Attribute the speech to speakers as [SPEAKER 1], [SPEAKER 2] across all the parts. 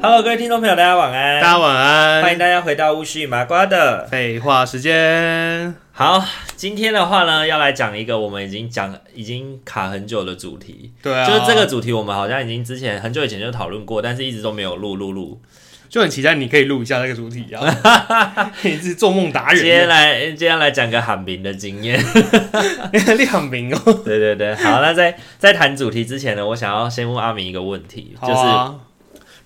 [SPEAKER 1] Hello，各位听众朋友，大家晚安，
[SPEAKER 2] 大家晚安，
[SPEAKER 1] 欢迎大家回到巫师与麻瓜的。
[SPEAKER 2] 废话时间，
[SPEAKER 1] 好，今天的话呢，要来讲一个我们已经讲已经卡很久的主题，
[SPEAKER 2] 对啊，
[SPEAKER 1] 就是这个，主题，我们好像已经之前很久以前就讨论过，但是一直都没有录录录。
[SPEAKER 2] 就很期待你可以录一下这个主题啊。 你是做梦达
[SPEAKER 1] 今天
[SPEAKER 2] 人，
[SPEAKER 1] 来今天来讲个喊名的经验。
[SPEAKER 2] 亮明哦。
[SPEAKER 1] 对对对，好，那在在谈主题之前呢，我想要先问阿明一个问题，
[SPEAKER 2] 好
[SPEAKER 1] 就是
[SPEAKER 2] 啊，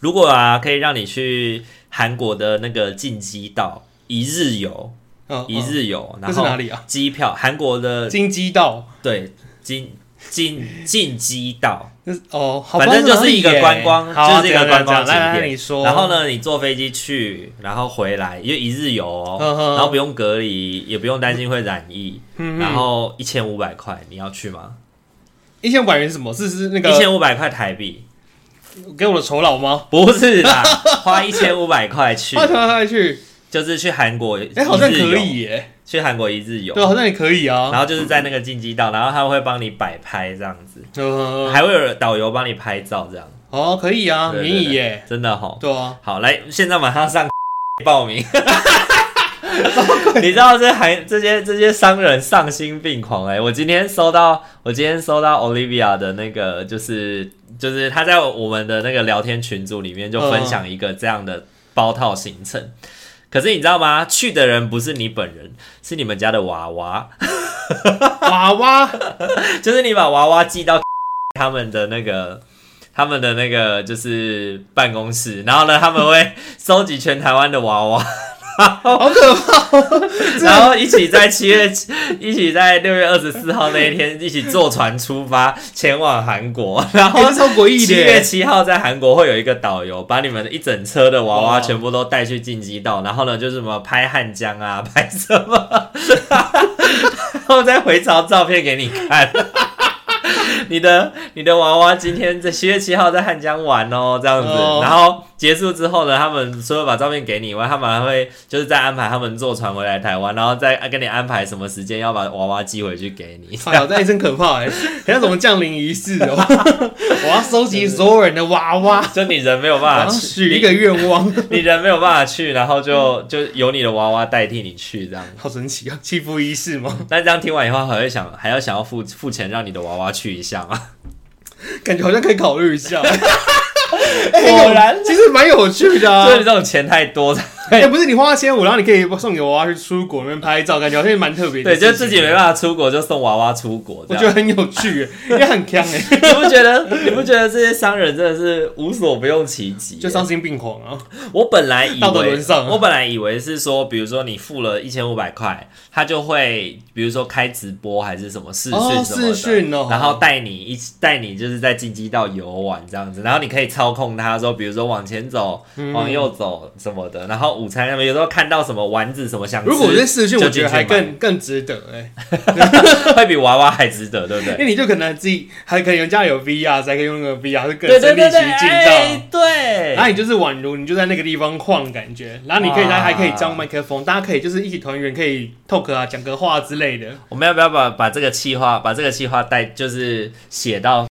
[SPEAKER 1] 如果啊，可以让你去韩国的那个进击岛一日游，
[SPEAKER 2] 嗯
[SPEAKER 1] 一
[SPEAKER 2] 嗯
[SPEAKER 1] 日游，
[SPEAKER 2] 那
[SPEAKER 1] 然
[SPEAKER 2] 是
[SPEAKER 1] 后
[SPEAKER 2] 哪里啊？
[SPEAKER 1] 机票，韩国的
[SPEAKER 2] 金鸡道，
[SPEAKER 1] 对进进进击岛，
[SPEAKER 2] 那是哦，好
[SPEAKER 1] 反正
[SPEAKER 2] 不知道
[SPEAKER 1] 就是
[SPEAKER 2] 哪里
[SPEAKER 1] 一个
[SPEAKER 2] 耶
[SPEAKER 1] 观光
[SPEAKER 2] 好啊
[SPEAKER 1] 就是一个
[SPEAKER 2] 怎样
[SPEAKER 1] 观光
[SPEAKER 2] 怎样来
[SPEAKER 1] 景
[SPEAKER 2] 来，
[SPEAKER 1] 点
[SPEAKER 2] 你说。
[SPEAKER 1] 然后？呢，你坐飞机去，然后回来，因为一日游
[SPEAKER 2] 嗯哼
[SPEAKER 1] 哦，然后不用隔离，也不用担心会染疫，
[SPEAKER 2] 嗯
[SPEAKER 1] 然后一千五百块，你要去吗？
[SPEAKER 2] 一千五百元是什么？是是那
[SPEAKER 1] 一
[SPEAKER 2] 个
[SPEAKER 1] 千五百块台币
[SPEAKER 2] 给我的酬劳吗？
[SPEAKER 1] 不是啦，花一千五百 块去
[SPEAKER 2] 他，跳下去，
[SPEAKER 1] 就是去韩国一日游，
[SPEAKER 2] 哎，好像可以耶，
[SPEAKER 1] 去韩国一日游
[SPEAKER 2] 对，，好像也可以啊。
[SPEAKER 1] 然后就是在那个进击道，然后他会帮你摆拍这样子，
[SPEAKER 2] 嗯，
[SPEAKER 1] 还会有导游帮你拍照这样，
[SPEAKER 2] 哦，可以啊，
[SPEAKER 1] 对
[SPEAKER 2] 免
[SPEAKER 1] 对
[SPEAKER 2] 疫
[SPEAKER 1] 对
[SPEAKER 2] 耶，
[SPEAKER 1] 真的哈。
[SPEAKER 2] 对啊，
[SPEAKER 1] 好，来，现在马上上报名。你知道这还这些这些商人丧心病狂哎、我今天收到我今天收到 Olivia 的那个就是就是他在我们的那个聊天群组里面就分享一个这样的包套行程。可是你知道吗？去的人不是你本人，是你们家的娃娃。
[SPEAKER 2] 娃娃，
[SPEAKER 1] 就是你把娃娃寄到 他们的那个。他们的那个就是办公室，然后呢，他们会 收集全台湾的娃娃，
[SPEAKER 2] 好可怕！哦
[SPEAKER 1] 然后一起在七月，一起在六月二十四号那一天一起坐船出发前往韩国，然后
[SPEAKER 2] 也是超诡异
[SPEAKER 1] 七
[SPEAKER 2] 的
[SPEAKER 1] 月
[SPEAKER 2] 耶，
[SPEAKER 1] 七号在韩国会有一个导游把你们一整车的娃
[SPEAKER 2] 哇
[SPEAKER 1] 娃全部都带去进击 岛，然后呢就是什么拍汉江啊， 拍什么， 然后再回传照片给你看。你的你的娃娃今天在七月七号在汉江玩哦，这样子，
[SPEAKER 2] 哦
[SPEAKER 1] 然后结束之后呢，他们除了把照片给你以外，他们还会就是再安排他们坐船回来台湾，然后再跟你安排什么时间要把娃娃寄回去给你。
[SPEAKER 2] 哎呀，这也真可怕哎，很像什么降临仪式哦。我要收集所有人的娃娃，
[SPEAKER 1] 就你人没有办
[SPEAKER 2] 然
[SPEAKER 1] 法
[SPEAKER 2] 后
[SPEAKER 1] 去，
[SPEAKER 2] 许
[SPEAKER 1] 你
[SPEAKER 2] 一个愿望，
[SPEAKER 1] 你人没有办法去，然后就 就由你的娃娃代替你去这样。
[SPEAKER 2] 好神奇啊！祈福仪式 吗？
[SPEAKER 1] 但这样听完以后，还会想还要想要付付钱让你的娃娃去一下吗？
[SPEAKER 2] 感觉好像可以考虑一下。
[SPEAKER 1] 果
[SPEAKER 2] 哎
[SPEAKER 1] 然
[SPEAKER 2] 其实蛮有趣的 啊
[SPEAKER 1] 所以。这种钱太多，
[SPEAKER 2] 哎，不是你花千五，然后你可以送给娃娃去出国那边拍照，感觉好像也蛮特别的
[SPEAKER 1] 对，
[SPEAKER 2] 事情。
[SPEAKER 1] 就自己没办法出国，就送娃娃出国这
[SPEAKER 2] 我觉得
[SPEAKER 1] 样。
[SPEAKER 2] 很有趣耶，也很强哎，
[SPEAKER 1] 你不觉得？你不觉得这些商人真的是无所不用其极？
[SPEAKER 2] 就丧心病狂啊！
[SPEAKER 1] 我本来以
[SPEAKER 2] 道德
[SPEAKER 1] 为
[SPEAKER 2] 沦丧，
[SPEAKER 1] 我本来以为是说，比如说你付了一千五百块，他就会比如说开直播还是什么视讯
[SPEAKER 2] 哦
[SPEAKER 1] 什么的，
[SPEAKER 2] 视讯哦
[SPEAKER 1] 然后带你一起带你就是在进击到游玩这样子，然后你可以操控他说，比如说往前走、
[SPEAKER 2] 嗯
[SPEAKER 1] 往右走什么的，然后午餐那边有时候看到什么丸子什么想吃，
[SPEAKER 2] 如果是视讯，
[SPEAKER 1] 就
[SPEAKER 2] 我
[SPEAKER 1] 进去
[SPEAKER 2] 觉得还
[SPEAKER 1] 买
[SPEAKER 2] 更更值得哎。
[SPEAKER 1] 会比娃娃还值得，对不
[SPEAKER 2] 因
[SPEAKER 1] 对？
[SPEAKER 2] 为哎你就可能自己还可以人家有 VR，才可以用那个 VR，是更
[SPEAKER 1] 对对
[SPEAKER 2] 身临
[SPEAKER 1] 对
[SPEAKER 2] 其
[SPEAKER 1] 对，
[SPEAKER 2] 境啊到。
[SPEAKER 1] 哎对，
[SPEAKER 2] 然后你就是宛如你就在那个地方晃的感觉，然后你可以
[SPEAKER 1] 哇
[SPEAKER 2] 大家还可以装麦克风，大家可以就是一起团圆，可以 talk 啊，讲个话之类的。
[SPEAKER 1] 我们要不要把把这个企划，把这个企划带，就是 写到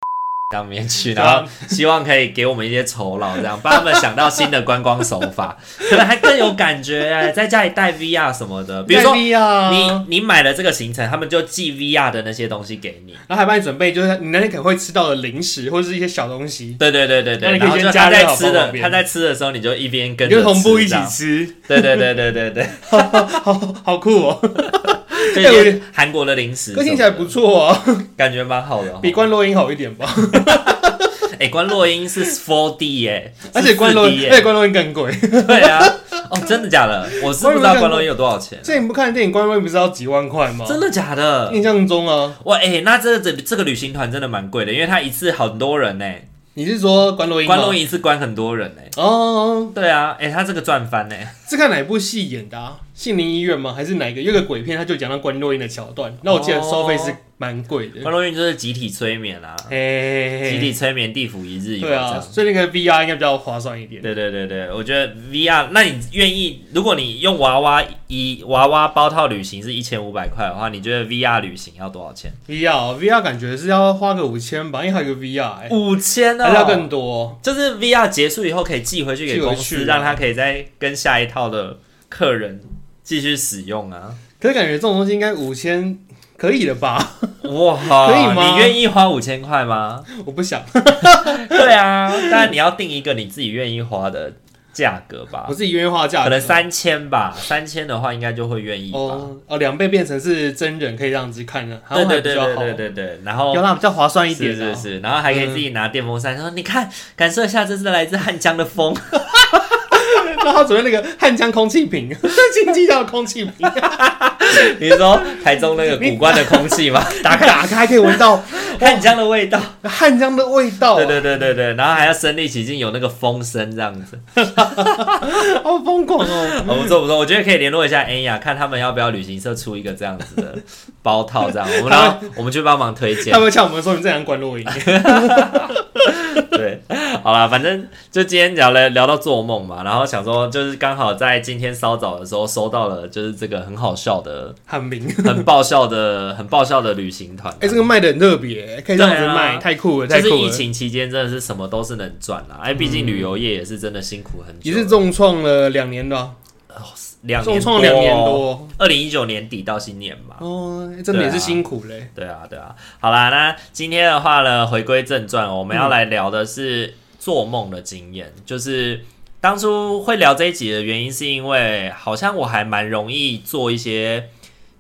[SPEAKER 1] 上面去，
[SPEAKER 2] 对
[SPEAKER 1] 然
[SPEAKER 2] 啊
[SPEAKER 1] 后希望可以给我们一些酬劳，这样帮他们想到新的观光手 法，可能还更有感觉哎，在家里带 VR 什么的，比如说
[SPEAKER 2] 带 VR，
[SPEAKER 1] 你你买了这个行程，他们就寄 VR 的那些东西给你。
[SPEAKER 2] 然后还帮你准备，就是你那天可能会吃到的零食或者是一些小东西，
[SPEAKER 1] 对对对对
[SPEAKER 2] 那
[SPEAKER 1] 对，
[SPEAKER 2] 你可以
[SPEAKER 1] 然后就
[SPEAKER 2] 先
[SPEAKER 1] 他
[SPEAKER 2] 加
[SPEAKER 1] 在
[SPEAKER 2] 料
[SPEAKER 1] 吃
[SPEAKER 2] 放旁
[SPEAKER 1] 的，
[SPEAKER 2] 边
[SPEAKER 1] 他在吃的时候，你就一边跟
[SPEAKER 2] 你
[SPEAKER 1] 着
[SPEAKER 2] 就同步
[SPEAKER 1] 吃
[SPEAKER 2] 一起
[SPEAKER 1] 这样。
[SPEAKER 2] 吃，
[SPEAKER 1] 对对对对对对，
[SPEAKER 2] 好好酷哦！
[SPEAKER 1] 就
[SPEAKER 2] 哎我
[SPEAKER 1] 一些韩国的零食什么
[SPEAKER 2] 这
[SPEAKER 1] 的，
[SPEAKER 2] 听起来不错哦，
[SPEAKER 1] 感觉蛮好的 哦。
[SPEAKER 2] 比关洛音好一点吧。
[SPEAKER 1] 哎关洛音是 4D 耶，
[SPEAKER 2] 而且关洛，
[SPEAKER 1] 洛音。
[SPEAKER 2] 而且关洛音更贵，
[SPEAKER 1] 对啊，哦，真的假的？我是不知道关洛音有多少钱，
[SPEAKER 2] 所以你不看电影，关洛音不是要几万块吗？
[SPEAKER 1] 真的假的？
[SPEAKER 2] 印象中啊，
[SPEAKER 1] 哇，哎、那这这这个旅行团真的蛮贵的，因为他一次很多人呢、
[SPEAKER 2] 你你是说关洛英吗？
[SPEAKER 1] 关龙一次关很多人呢、
[SPEAKER 2] 哦，
[SPEAKER 1] 对啊，哎、他这个 赚翻呢、
[SPEAKER 2] 是看哪部戏演的、啊？杏林医院吗？还是哪一个？有个鬼片，他就讲到关洛英的桥段。那我记得收费是蛮贵的。
[SPEAKER 1] 关龙运就是集体催眠啊，
[SPEAKER 2] 哎，
[SPEAKER 1] 集体催眠地府一日游这
[SPEAKER 2] 对啊，
[SPEAKER 1] 样。
[SPEAKER 2] 所以那个 VR 应该比较划算一点。
[SPEAKER 1] 对对对对，我觉得 VR，那你愿意，如果你用娃娃一娃娃包套旅行是一千五百块的话，你觉得 VR 旅行要多少钱？
[SPEAKER 2] VR 哦 VR 感觉是要花个五千吧，因为还有个 VR，、欸、
[SPEAKER 1] 五千
[SPEAKER 2] 还是要
[SPEAKER 1] 哦，
[SPEAKER 2] 更多。
[SPEAKER 1] 就是 VR 结束以后可以寄回去啊给公
[SPEAKER 2] 寄
[SPEAKER 1] 司，
[SPEAKER 2] 回去
[SPEAKER 1] 让他可以再跟下一套的客人继续使用啊。
[SPEAKER 2] 可是感觉这种东西应该五千可以了吧？
[SPEAKER 1] 哇，
[SPEAKER 2] 可以吗
[SPEAKER 1] 你愿意花五千块吗？
[SPEAKER 2] 我不想，
[SPEAKER 1] 对啊，但你要定一个你自己愿意花的价格吧
[SPEAKER 2] 我，自己愿意花价格，
[SPEAKER 1] 可能三千吧，三千的话应该就会愿意吧。
[SPEAKER 2] 哦哦，两倍变成是真人，可以让自己看的，好
[SPEAKER 1] 对
[SPEAKER 2] 像还
[SPEAKER 1] 对
[SPEAKER 2] 比
[SPEAKER 1] 对
[SPEAKER 2] 较
[SPEAKER 1] 对
[SPEAKER 2] 好，
[SPEAKER 1] 对对对，然后
[SPEAKER 2] 有啦，比较划算一
[SPEAKER 1] 是
[SPEAKER 2] 点啊。
[SPEAKER 1] 是 是，然后还可以自己拿电风扇，说你看，感受一下这是来自汉江的风，
[SPEAKER 2] 那他准备那个汉江空气瓶， 经济上的空气瓶，
[SPEAKER 1] 你说台中那个古关的空气 吗？打
[SPEAKER 2] 打开
[SPEAKER 1] 开
[SPEAKER 2] 打开还可以闻到
[SPEAKER 1] 汉江的味道，
[SPEAKER 2] 汉江的味道、
[SPEAKER 1] 对对对对对，然后还要身临其境有那个风声这样 子，
[SPEAKER 2] 对，好疯狂哦！
[SPEAKER 1] 哦不错不错，我觉得可以联络一下恩雅，看他们要不要旅行社出一个这样子的包套这样， 我们然后我们去帮忙推荐
[SPEAKER 2] 他。们像我们说你这样关录音，
[SPEAKER 1] 对， 好啦，反正就今天聊了聊到做梦嘛，然后想说就是刚好在今天稍早的时候收到了，就是这个很好笑的、
[SPEAKER 2] 很明。
[SPEAKER 1] 很爆笑的、很爆笑的旅行团啊。
[SPEAKER 2] 哎、这个卖的很特别，可以这样子卖，
[SPEAKER 1] 对啊
[SPEAKER 2] 太酷了，
[SPEAKER 1] 就
[SPEAKER 2] 太
[SPEAKER 1] 是
[SPEAKER 2] 酷
[SPEAKER 1] 疫
[SPEAKER 2] 了。嗯
[SPEAKER 1] 情期间真的是什么都是能赚啦，哎，毕竟旅游业也是真的辛苦很久
[SPEAKER 2] 也
[SPEAKER 1] 了，
[SPEAKER 2] 是重创了两年的啊、
[SPEAKER 1] 两
[SPEAKER 2] 重
[SPEAKER 1] 年
[SPEAKER 2] 创两年
[SPEAKER 1] 多，
[SPEAKER 2] 多，
[SPEAKER 1] 二零一九年底到新年嘛。
[SPEAKER 2] 哦，真的也是辛苦嘞。
[SPEAKER 1] 对啊，对啊。好啦，那今天的话呢，回归正传，我们要来聊的是做梦的经验。就是当初会聊这一集的原因，是因为好像我还蛮容易做一些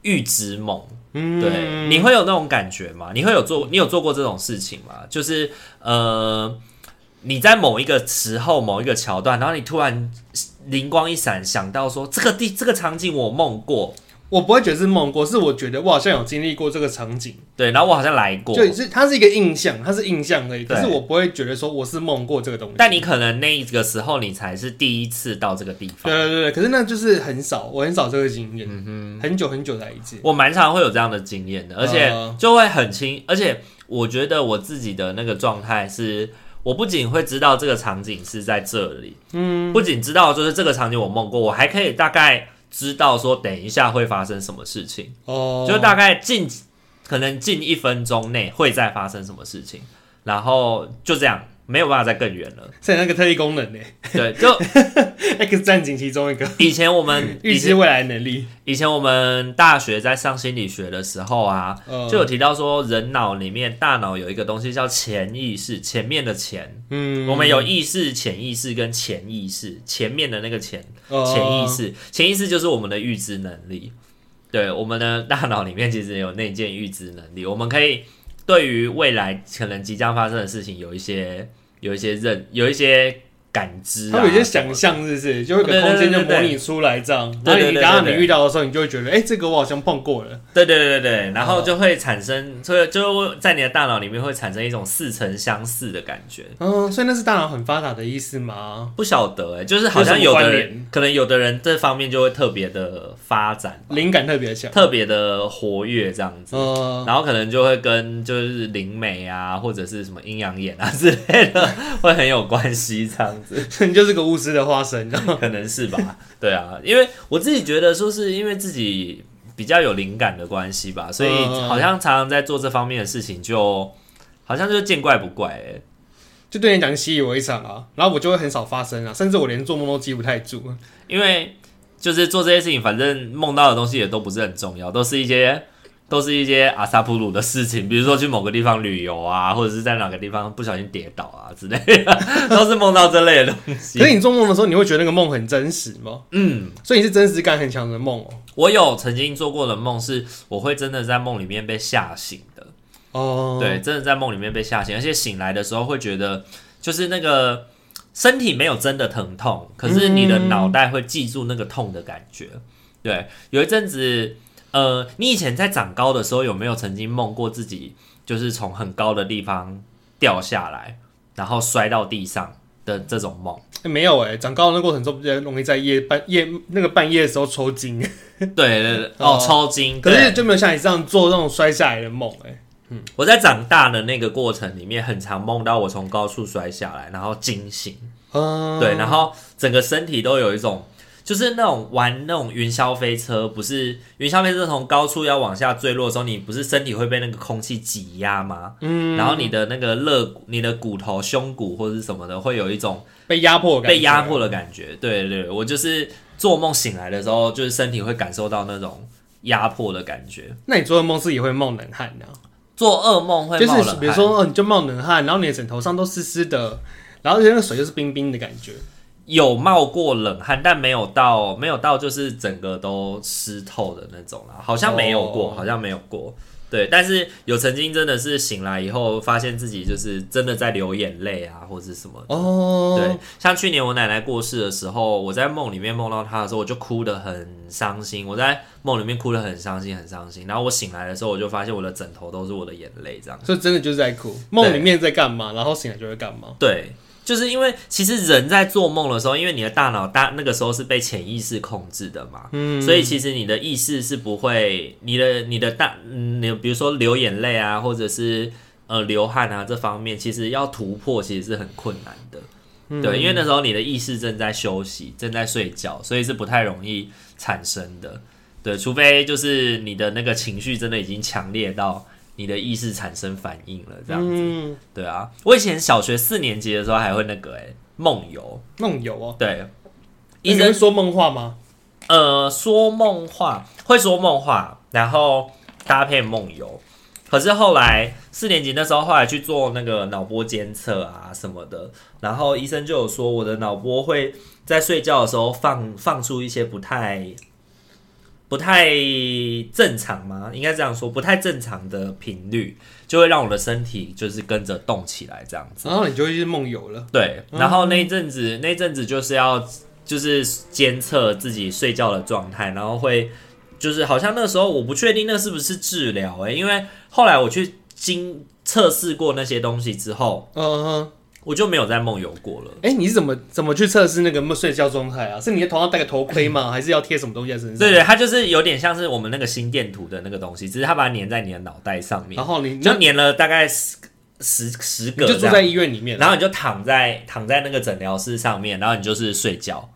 [SPEAKER 1] 预知梦。
[SPEAKER 2] 嗯，
[SPEAKER 1] 对，你会有那种感觉吗？你会有做，你有做过这种事情吗？就是呃，你在某一个时候、某一个桥段，然后你突然灵光一闪，想到说这个地、这个场景我梦过，
[SPEAKER 2] 我不会觉得是梦过，是我觉得我好像有经历过这个场景，
[SPEAKER 1] 对，然后我好像来过，
[SPEAKER 2] 就是它是一个印象，它是印象而已。
[SPEAKER 1] 对
[SPEAKER 2] 可是我不会觉得说我是梦过这个东西。
[SPEAKER 1] 但你可能那一个时候你才是第一次到这个地
[SPEAKER 2] 对
[SPEAKER 1] 方。
[SPEAKER 2] 对对对，可是那就是很少，我很少这个经验，很久很久才一次。
[SPEAKER 1] 我蛮常会有这样的经验的，而且
[SPEAKER 2] 嗯
[SPEAKER 1] 就会很清，而且我觉得我自己的那个状态是，我不仅会知道这个场景是在这里，嗯，不仅知道就是这个场景我梦过，我还可以大概知道说等一下会发生什么事情，
[SPEAKER 2] 哦，
[SPEAKER 1] 就大概近可能近一分钟内会再发生什么事情，然后就这样，没有办法再更远了。
[SPEAKER 2] 是那个特异功能呢
[SPEAKER 1] 对，就
[SPEAKER 2] ，X 战警其中一个
[SPEAKER 1] 以前 我们
[SPEAKER 2] 预
[SPEAKER 1] 以
[SPEAKER 2] 知
[SPEAKER 1] 前
[SPEAKER 2] 未来的能力。
[SPEAKER 1] 以前我们大学在上心理学的时候啊，
[SPEAKER 2] 呃
[SPEAKER 1] 就有提到说，人脑里面大脑有一个东西叫潜意识，前面的潜，
[SPEAKER 2] 嗯
[SPEAKER 1] 我们有意识、潜意识跟潜意识，前面的那个潜，
[SPEAKER 2] 呃
[SPEAKER 1] 潜意识，潜意识就是我们的预知能力。对，我们的大脑里面其实有内建预知能力，我们可以对于未来可能即将发生的事情有一些、有一些认、有一些感知、啊，
[SPEAKER 2] 它有一些想象，是不是？就有一个空间就模拟出来这样，然后
[SPEAKER 1] 对对对对
[SPEAKER 2] 你
[SPEAKER 1] 对
[SPEAKER 2] 然后你
[SPEAKER 1] 对
[SPEAKER 2] 遇到的时候，你就会觉得，哎，这个我好像碰过了。
[SPEAKER 1] 对对对对对，然后就会产生，所以就会在你的大脑里面会产生一种似曾相识的感觉。
[SPEAKER 2] 嗯，所以那是大脑很发达的意思吗？
[SPEAKER 1] 不晓得哎、就是好像有
[SPEAKER 2] 有什么
[SPEAKER 1] 的
[SPEAKER 2] 关
[SPEAKER 1] 人可能有的人这方面就会特别的发展，
[SPEAKER 2] 灵感特别强。
[SPEAKER 1] 特别的活跃这样子，
[SPEAKER 2] 呃，
[SPEAKER 1] 然后可能就会跟就是灵媒啊或者是什么阴阳眼啊之类的会很有关系这样 子，
[SPEAKER 2] 你就是个巫师的化身，
[SPEAKER 1] 可能是吧？对啊，因为我自己觉得说是因为自己比较有灵感的关系吧，所以
[SPEAKER 2] 嗯
[SPEAKER 1] 好像常常在做这方面的事情就。好像就见怪不怪哎、
[SPEAKER 2] 就对你讲习以为常啊，然后我就会很少发生啊，甚至我连做梦都记不太住。
[SPEAKER 1] 因为就是做这些事情，反正梦到的东西也都不是很重要，都是一些都是一些阿萨普鲁的事情，比如说去某个地方旅游啊，或者是在哪个地方不小心跌倒啊之类的， 都是梦到这类的东
[SPEAKER 2] 可
[SPEAKER 1] 西。
[SPEAKER 2] 是你做梦的时候，你会觉得那个梦很真实吗？
[SPEAKER 1] 嗯，
[SPEAKER 2] 所以你是真实感很强的梦哦。
[SPEAKER 1] 我有曾经做过的梦是，我会真的在梦里面被吓醒的。
[SPEAKER 2] 哦，
[SPEAKER 1] 对，真的在梦里面被吓醒，而且醒来的时候会觉得，就是那个身体没有真的疼痛，可
[SPEAKER 2] 嗯
[SPEAKER 1] 是你的脑袋会记住那个痛的感觉。对，有一阵子，呃，你以前在长高的时候，有没有曾经梦过自己就是从很高的地方掉下来？然后摔到地上的这种梦。
[SPEAKER 2] 欸没有哎、长高的那过程中比较容易在夜半夜那个半夜的时候抽筋，
[SPEAKER 1] 对对 对，哦，
[SPEAKER 2] 哦
[SPEAKER 1] 抽筋。
[SPEAKER 2] 可是
[SPEAKER 1] 对
[SPEAKER 2] 就没有像你这样做那种摔下来的梦哎、
[SPEAKER 1] 我在长大的那个过程里面，很常梦到我从高处摔下来，然后惊醒。
[SPEAKER 2] 嗯，
[SPEAKER 1] 对，然后整个身体都有一种，就是那种玩那种云霄飞车，不是云霄飞车从高处要往下坠落的时候，你不是身体会被那个空气挤压吗？
[SPEAKER 2] 嗯，
[SPEAKER 1] 然后你的那个肋骨、你的骨头、胸骨或者是什么的，会有一种
[SPEAKER 2] 被压迫的感觉
[SPEAKER 1] 被压迫的感觉。对对对，我就是做梦醒来的时候，就是身体会感受到那种压迫的感觉。
[SPEAKER 2] 那你做的梦是也会冒冷汗的、
[SPEAKER 1] 做噩梦会
[SPEAKER 2] 就
[SPEAKER 1] 冒冷
[SPEAKER 2] 是
[SPEAKER 1] 汗，
[SPEAKER 2] 比如说，哦，你就冒冷汗，然后你的枕头上都湿湿的，然后而且那个水又是冰冰的感觉。
[SPEAKER 1] 有冒过冷汗，但没有到没有到就是整个都湿透的那种啦，好像没有过，
[SPEAKER 2] 哦
[SPEAKER 1] 好像没有过。对，但是有曾经真的是醒来以后，发现自己就是真的在流眼泪啊，或者什么。对
[SPEAKER 2] 哦，，
[SPEAKER 1] 像去年我奶奶过世的时候，我在梦里面梦到她的时候，我就哭得很伤心。我在梦里面哭得很伤心，很伤心。然后我醒来的时候，我就发现我的枕头都是我的眼泪，这样。
[SPEAKER 2] 所以真的就是在哭，梦里面在干嘛，然后醒来就会干嘛。
[SPEAKER 1] 对，就是因为其实人在做梦的时候，因为你的大脑大那个时候是被潜意识控制的嘛，
[SPEAKER 2] 嗯
[SPEAKER 1] 所以其实你的意识是不会，你的你的大，嗯你比如说流眼泪啊，或者是呃流汗啊这方面，其实要突破其实是很困难的。对，因为那时候你的意识正在休息，正在睡觉，所以是不太容易产生的。对，除非就是你的那个情绪真的已经强烈到你的意识产生反应了，这样子。
[SPEAKER 2] 嗯，
[SPEAKER 1] 对啊，我以前小学四年级的时候还会那个哎、梦游，
[SPEAKER 2] 梦游哦，
[SPEAKER 1] 对，医
[SPEAKER 2] 医生
[SPEAKER 1] 生
[SPEAKER 2] 说梦话吗？
[SPEAKER 1] 呃说梦话会说梦话，然后搭配梦游。可是后来四年级那时候，后来去做那个脑波监测啊什么的，然后医生就有说我的脑波会在睡觉的时候放放出一些不太不太正常吗？应该这样说，不太正常的频率，就会让我的身体就是跟着动起来这样子。
[SPEAKER 2] 然后你就会去梦游了。
[SPEAKER 1] 对，然后那一阵子、那一阵子就是要就是监测自己睡觉的状态，然后会就是好像那时候我不确定那是不是治疗诶、因为后来我去经测试过那些东西之后，
[SPEAKER 2] 嗯哼，
[SPEAKER 1] 我就没有再梦游过了。
[SPEAKER 2] 哎，你是怎么怎么去测试那个梦睡觉状态啊？是你的头上戴个头盔 吗？还是要贴什么东西在身上？
[SPEAKER 1] 对对，它就是有点像是我们那个心电图的那个东西，只是它把它粘在你的脑袋上面
[SPEAKER 2] 然，后你
[SPEAKER 1] 就
[SPEAKER 2] 哦那
[SPEAKER 1] 粘了大概十十十
[SPEAKER 2] 你
[SPEAKER 1] 个
[SPEAKER 2] 就住
[SPEAKER 1] 这样
[SPEAKER 2] 在医院里面，啊
[SPEAKER 1] 然后你就躺在躺在那个诊疗室上面，然后你就是睡觉。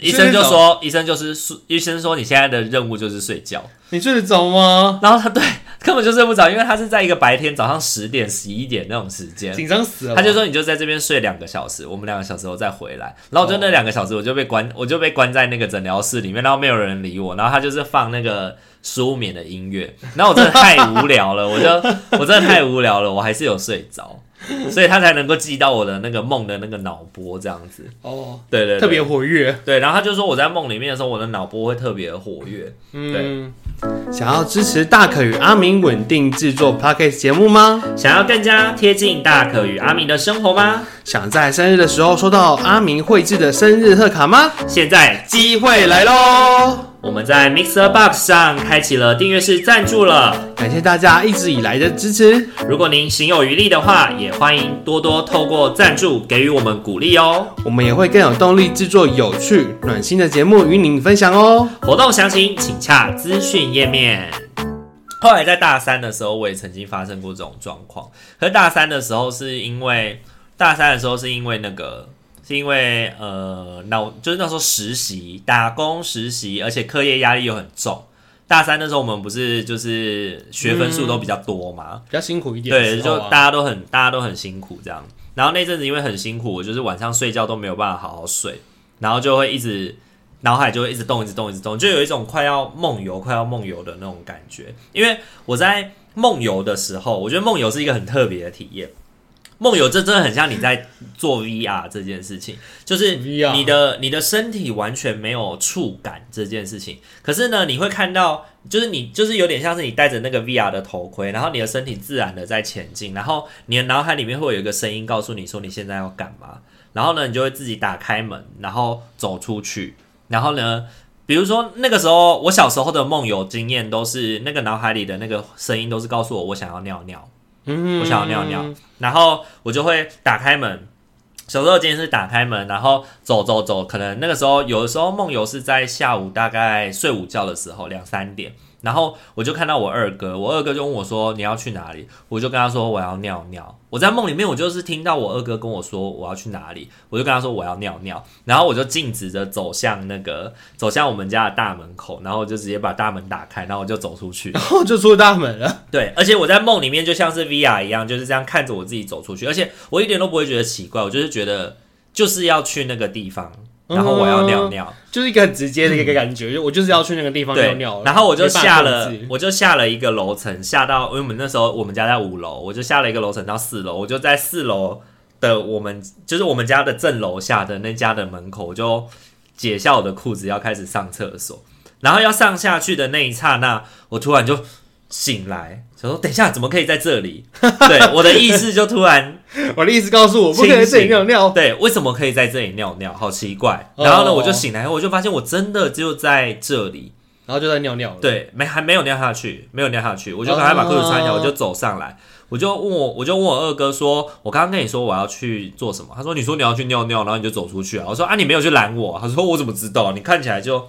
[SPEAKER 1] 医
[SPEAKER 2] 是那
[SPEAKER 1] 生就
[SPEAKER 2] 种
[SPEAKER 1] 说，医生就是睡医生说你现在的任务就是睡觉。
[SPEAKER 2] 你睡得着吗？
[SPEAKER 1] 然后他对 根本就睡不着，因为他是在一个白天早上十点十一点那种时间。
[SPEAKER 2] 紧张死了吧。
[SPEAKER 1] 他就说你就在这边睡两个小时，我们两个小时后再回来。然后我就那两个小时我就被关，我就被关在那个诊疗室里面，然后没有人理我。然后他就是放那个舒眠的音乐，然后我真的太无聊了，我就 我真的太无聊了，我还是有睡着，所以他才能够记到我的那个梦的那个脑波这样子。
[SPEAKER 2] 哦，
[SPEAKER 1] 对对对
[SPEAKER 2] 特别活跃。
[SPEAKER 1] 对，然后他就说我在梦里面的时候，我的脑波会特别的活跃。
[SPEAKER 2] 嗯，想要支持大可与阿明稳定制作 podcast 节目吗？
[SPEAKER 1] 想要更加贴近大可与阿明的生活吗？
[SPEAKER 2] 想在生日的时候收到阿明绘制的生日贺卡吗？
[SPEAKER 1] 现在
[SPEAKER 2] 机会来喽！
[SPEAKER 1] 我们在 Mixer Box 上开启了订阅式赞助了。
[SPEAKER 2] 感谢大家一直以来的支持，
[SPEAKER 1] 如果您行有余力的话，也欢迎多多透过赞助给予我们鼓励哦。
[SPEAKER 2] 我们也会更有动力制作有趣、暖心的节目与您分享哦。
[SPEAKER 1] 活动详情请洽资讯页面。后来在大三的时候，我也曾经发生过这种状况。可是大三的时候是因为大三的时候是因为那个是因为呃脑就是那时候实习打工实习，而且课业压力又很重。大三的时候我们不是就是学分数都比较多嘛，
[SPEAKER 2] 比较辛苦一点的
[SPEAKER 1] 对，
[SPEAKER 2] 时候
[SPEAKER 1] 就
[SPEAKER 2] 啊，
[SPEAKER 1] 大家都很大家都很辛苦这样。然后那阵子因为很辛苦，我就是晚上睡觉都没有办法好好睡，然后就会一直脑海就会一直动，一直动，一直动，就有一种快要梦游、快要梦游的那种感觉。因为我在梦游的时候，我觉得梦游是一个很特别的体验。梦游这真的很像你在做 VR 这件事情，就是
[SPEAKER 2] VR
[SPEAKER 1] 你的你的身体完全没有触感这件事情。可是呢，你会看到，就是你就是有点像是你戴着那个 VR 的头盔，然后你的身体自然的在前进，然后你的脑海里面会有一个声音告诉你说你现在要干嘛，然后呢，你就会自己打开门，然后走出去，然后呢。比如说，那个时候我小时候的梦游经验都是那个脑海里的那个声音都是告诉我我想要尿尿，
[SPEAKER 2] 嗯
[SPEAKER 1] 我想要尿尿，然后我就会打开门。小时候今天是打开门，然后走走走，可能那个时候有的时候梦游是在下午大概睡午觉的时候两三点，然后我就看到我二哥，我二哥就问我说你要去哪里，我就跟他说我要尿尿。我在梦里面我就是听到我二哥跟我说我要去哪里，我就跟他说我要尿尿，然后我就径直的走向那个走向我们家的大门口，然后我就直接把大门打开，然后我就走出去。
[SPEAKER 2] 然后就出大门了。
[SPEAKER 1] 对，而且我在梦里面就像是 VR 一样，就是这样看着我自己走出去，而且我一点都不会觉得奇怪，我就是觉得就是要去那个地方，然后我要尿尿，
[SPEAKER 2] 就是一个很直接的一个感觉，就我就是要去那个地方尿
[SPEAKER 1] 对
[SPEAKER 2] 尿，了。
[SPEAKER 1] 然后我就下
[SPEAKER 2] 没
[SPEAKER 1] 了
[SPEAKER 2] 办法控，制
[SPEAKER 1] 我就下了一个楼层，下到因为我们那时候我们家在五楼，我就下了一个楼层到四楼，我就在四楼的我们就是我们家的正楼下的那家的门口，我就解下我的裤子要开始上厕所，然后要上下去的那一刹那，我突然就醒来，想说等一下怎么可以在这里？ 对，我的意识就突然
[SPEAKER 2] 我的意思告诉我，不可以在这里尿尿。
[SPEAKER 1] 对，为什么可以在这里尿尿？好奇怪。然后呢，
[SPEAKER 2] 哦
[SPEAKER 1] 我就醒来，我就发现我真的就在这里，
[SPEAKER 2] 然后就在尿尿了。，
[SPEAKER 1] 对，没还没有尿下去，没有尿下去，我就赶快把裤子穿起来，
[SPEAKER 2] 哦
[SPEAKER 1] 我就走上来。我就问我，我就问我二哥说，我刚刚跟你说我要去做什么？他说你说你要去尿尿，然后你就走出去啊。我说啊，你没有去拦我啊。他说我怎么知道？你看起来就，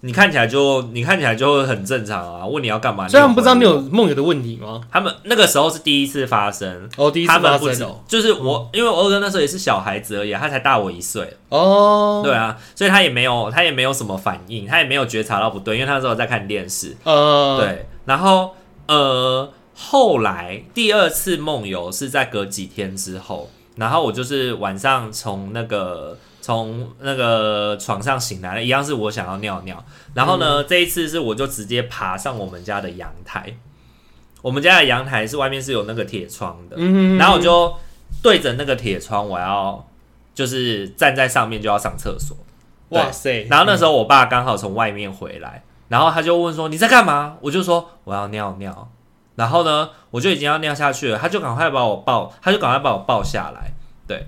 [SPEAKER 1] 你看起来就，你看起来就很正常啊。问你要干嘛？
[SPEAKER 2] 虽然不知道
[SPEAKER 1] 回
[SPEAKER 2] 你
[SPEAKER 1] 我，
[SPEAKER 2] 有梦游的问题吗？
[SPEAKER 1] 他们那个时候是第一次发生，
[SPEAKER 2] 哦，第一次
[SPEAKER 1] 他
[SPEAKER 2] 发
[SPEAKER 1] 们不知
[SPEAKER 2] 生哦。
[SPEAKER 1] 就是我，因为我二哥那时候也是小孩子而已啊，他才大我一岁，
[SPEAKER 2] 哦，
[SPEAKER 1] 对啊，所以他也没有他也没有什么反应，他也没有觉察到不对，因为他那时候在看电视。
[SPEAKER 2] 呃，，
[SPEAKER 1] 对，然后呃，后来第二次梦游是在隔几天之后，然后我就是晚上从那个从那个床上醒来了，一样是我想要尿尿，然后呢，这一次是我就直接爬上我们家的阳台，我们家的阳台是外面是有那个铁窗的，
[SPEAKER 2] 嗯，
[SPEAKER 1] 然后我就对着那个铁窗，我要就是站在上面就要上厕所。
[SPEAKER 2] 哇塞，
[SPEAKER 1] 然后那时候我爸刚好从外面回来，然后他就问说你在干嘛？我就说我要尿尿。然后呢，我就已经要尿下去了，他就赶快把我抱，他就赶快把我抱下来。对，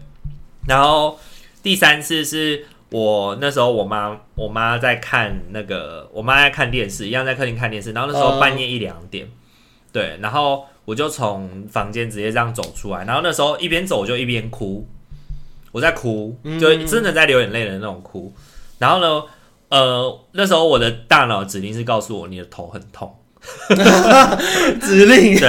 [SPEAKER 1] 然后第三次是我那时候我妈我妈在看那个我妈在看电视，一样在客厅看电视。然后那时候
[SPEAKER 2] 嗯
[SPEAKER 1] 半夜一两点，对，然后我就从房间直接这样走出来，然后那时候一边走我就一边哭，我在哭，
[SPEAKER 2] 嗯
[SPEAKER 1] 就真的在流眼泪的那种哭。然后呢，呃，那时候我的大脑指令是告诉我你的头很痛，
[SPEAKER 2] 指令，
[SPEAKER 1] 对，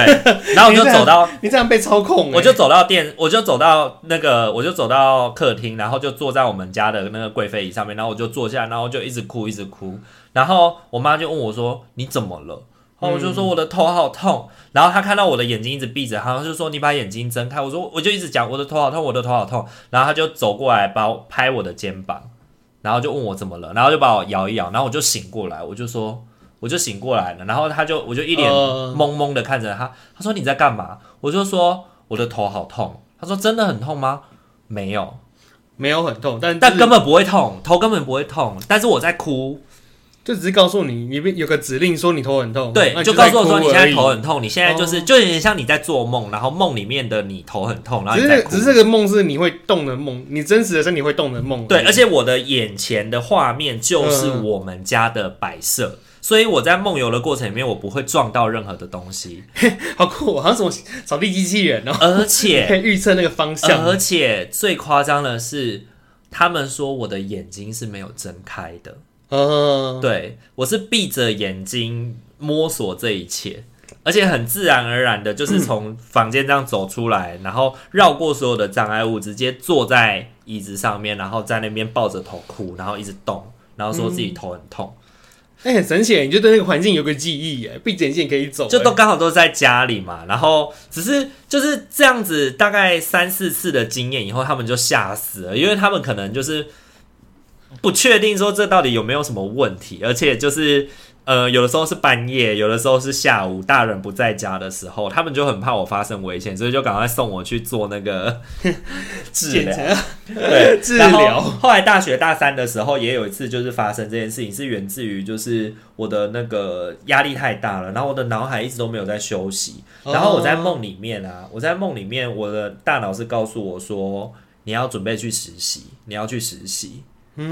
[SPEAKER 1] 然后我就走到。
[SPEAKER 2] 你这样被操控欸，
[SPEAKER 1] 我就走到店，我就走到那个，我就走到客厅，然后就坐在我们家的那个贵妃椅上面，然后我就坐下，然后就一直哭，一直哭。然后我妈就问我说：“你怎么了？”然后我就说我的头好痛，然后她看到我的眼睛一直闭着，然后就说你把眼睛睁开。我说我就一直讲我的头好痛，我的头好痛。然后她就走过来把我拍我的肩膀，然后就问我怎么了，然后就把我摇一摇，然后我就醒过来，我就说我就醒过来了，然后她就我就一脸
[SPEAKER 2] 呃
[SPEAKER 1] 懵懵的看着她，她说你在干嘛？我就说我的头好痛。她说真的很痛吗？没有，
[SPEAKER 2] 没有很痛，但
[SPEAKER 1] 但
[SPEAKER 2] 就是
[SPEAKER 1] 根本不会痛，头根本不会痛，但是我在哭。
[SPEAKER 2] 就只是告诉你，你被有个指令说你头很痛，
[SPEAKER 1] 对
[SPEAKER 2] 哦那，你
[SPEAKER 1] 就
[SPEAKER 2] 就
[SPEAKER 1] 告诉我说
[SPEAKER 2] 在
[SPEAKER 1] 你
[SPEAKER 2] 哭
[SPEAKER 1] 现
[SPEAKER 2] 而
[SPEAKER 1] 在
[SPEAKER 2] 已
[SPEAKER 1] 头很痛，你现在就是
[SPEAKER 2] 哦
[SPEAKER 1] 就有点像你在做梦，然后梦里面的你头很痛，然后
[SPEAKER 2] 只
[SPEAKER 1] 你
[SPEAKER 2] 是
[SPEAKER 1] 在
[SPEAKER 2] 那
[SPEAKER 1] 哭
[SPEAKER 2] 只是这个梦是你会动的梦，你真实的身体会动的梦。
[SPEAKER 1] 对，而且我的眼前的画面就是
[SPEAKER 2] 嗯
[SPEAKER 1] 我们家的摆设，所以我在梦游的过程里面，我不会撞到任何的东西，
[SPEAKER 2] 好酷，好像什么扫地机器人哦，
[SPEAKER 1] 而且
[SPEAKER 2] 可以预测那个方向。
[SPEAKER 1] 而且最夸张的是，他们说我的眼睛是没有睁开的，
[SPEAKER 2] 嗯，
[SPEAKER 1] 对我是闭着眼睛摸索这一切，而且很自然而然的，就是从房间这样走出来，然后绕过所有的障碍物，直接坐在椅子上面，然后在那边抱着头哭，然后一直动，然后说自己头很痛，
[SPEAKER 2] 哎、很神奇耶，你就对那个环境有个记忆耶，闭着眼睛也可以走耶，
[SPEAKER 1] 就都刚好都在家里嘛，然后只是就是这样子，大概三四次的经验以后，他们就吓死了，因为他们可能就是不确定说这到底有没有什么问题，而且就是呃，有的时候是半夜，有的时候是下午，大人不在家的时候，他们就很怕我发生危险，所以就赶快送我去做那个治疗
[SPEAKER 2] 检。查
[SPEAKER 1] 对，
[SPEAKER 2] 治
[SPEAKER 1] 然后
[SPEAKER 2] 疗
[SPEAKER 1] 后来大学大三的时候，也有一次就是发生这件事情，是源自于就是我的那个压力太大了，然后我的脑海一直都没有在休息，
[SPEAKER 2] 哦
[SPEAKER 1] 然后我在梦里面啊，我在梦里面，我的大脑是告诉我说你要准备去实习，你要去实习，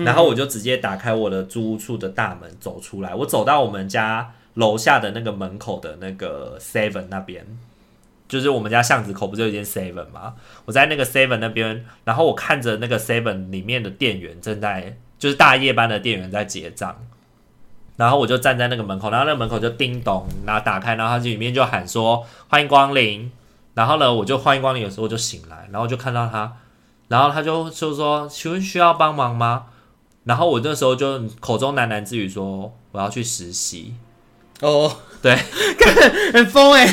[SPEAKER 1] 然后我就直接打开我的租屋处的大门走出来，我走到我们家楼下的那个门口的那个 Seven 那边。就是我们家巷子口不就有一间 Seven 吗？我在那个 Seven 那边，然后我看着那个 Seven 里面的店员正在，就是大夜班的店员在结账，然后我就站在那个门口，然后那个门口就叮咚，然后打开，然后它里面就喊说欢迎光临，然后呢，我就欢迎光临，有时候我就醒来，然后就看到他，然后他就就说请问需要帮忙吗？然后我那时候就口中喃喃自语说我要去实习，
[SPEAKER 2] 哦，
[SPEAKER 1] 对，
[SPEAKER 2] 看很疯哎、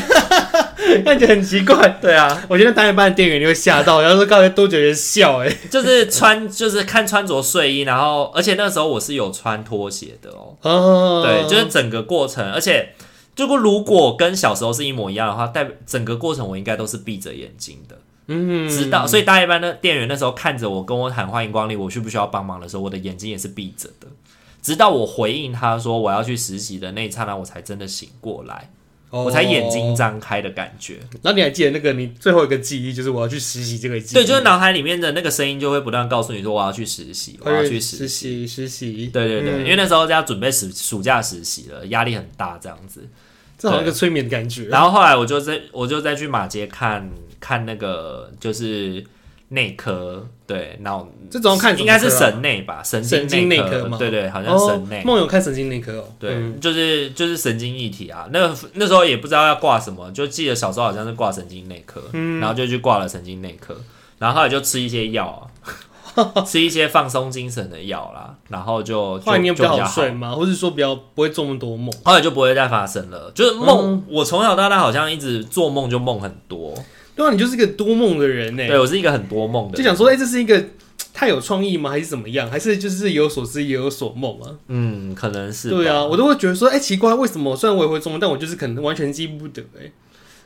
[SPEAKER 2] 看起来很奇怪。
[SPEAKER 1] 对啊，
[SPEAKER 2] 我觉得大夜班的店员你会吓到，然后说刚才都觉得笑哎、
[SPEAKER 1] 就是穿，就是看穿着睡衣，然后而且那时候我是有穿拖鞋的哦。
[SPEAKER 2] 哦，
[SPEAKER 1] 对，就是整个过程，而且如果如果跟小时候是一模一样的话，代表整个过程我应该都是闭着眼睛的，
[SPEAKER 2] 嗯，
[SPEAKER 1] 直到所以大夜班的店员那时候看着我跟我喊欢迎光临，我需不需要帮忙的时候，我的眼睛也是闭着的，直到我回应他说我要去实习的那一刹那，我才真的醒过来，我才眼睛
[SPEAKER 2] 哦。
[SPEAKER 1] 张开的感觉。
[SPEAKER 2] 然后你还记得那个你最后一个记忆，就是我要去实习这个记忆。
[SPEAKER 1] 对，就是脑海里面的那个声音就会不断告诉你说我要去实习，我
[SPEAKER 2] 快
[SPEAKER 1] 要
[SPEAKER 2] 点
[SPEAKER 1] 去
[SPEAKER 2] 实
[SPEAKER 1] 实
[SPEAKER 2] 习
[SPEAKER 1] 习。
[SPEAKER 2] 实习。
[SPEAKER 1] 对对对，
[SPEAKER 2] 嗯
[SPEAKER 1] 因为那时候要准备暑暑假实习了，压力很大这样子。
[SPEAKER 2] 这好像一个催眠的感觉。啊
[SPEAKER 1] 然后后来我就再我就再去马街看看那个就是内科，对脑
[SPEAKER 2] 这种看什么
[SPEAKER 1] 应该是
[SPEAKER 2] 科啊
[SPEAKER 1] 神内吧，神
[SPEAKER 2] 神经内
[SPEAKER 1] 科
[SPEAKER 2] 科吗
[SPEAKER 1] 对对，好像神内
[SPEAKER 2] 哦。梦游看神经内科哦。
[SPEAKER 1] 对，
[SPEAKER 2] 嗯
[SPEAKER 1] 就是就是神经一体啊。那那时候也不知道要挂什么，就记得小时候好像是挂神经内科，
[SPEAKER 2] 嗯
[SPEAKER 1] 然后就去挂了神经内科，然后后来就吃一些药啊， 吃一些放松精神的药啦，然后就就
[SPEAKER 2] 后来你也比
[SPEAKER 1] 就
[SPEAKER 2] 较
[SPEAKER 1] 比较
[SPEAKER 2] 好睡嘛，或是说比较不会做那么多梦。
[SPEAKER 1] 后来就不会再发生了。就是梦，
[SPEAKER 2] 嗯
[SPEAKER 1] 我从小到大好像一直做梦就梦很多，
[SPEAKER 2] 对啊，你就是一个多梦的人呢。
[SPEAKER 1] 对我是一个很多梦的
[SPEAKER 2] 就
[SPEAKER 1] 人。
[SPEAKER 2] 想说，哎、这是一个太有创意吗？还是怎么样？还是就是有所思也有所梦啊？
[SPEAKER 1] 嗯，可能是吧
[SPEAKER 2] 对啊，。我都会觉得说，哎、奇怪，为什么虽然我也会做梦，但我就是可能完全记不得、哎，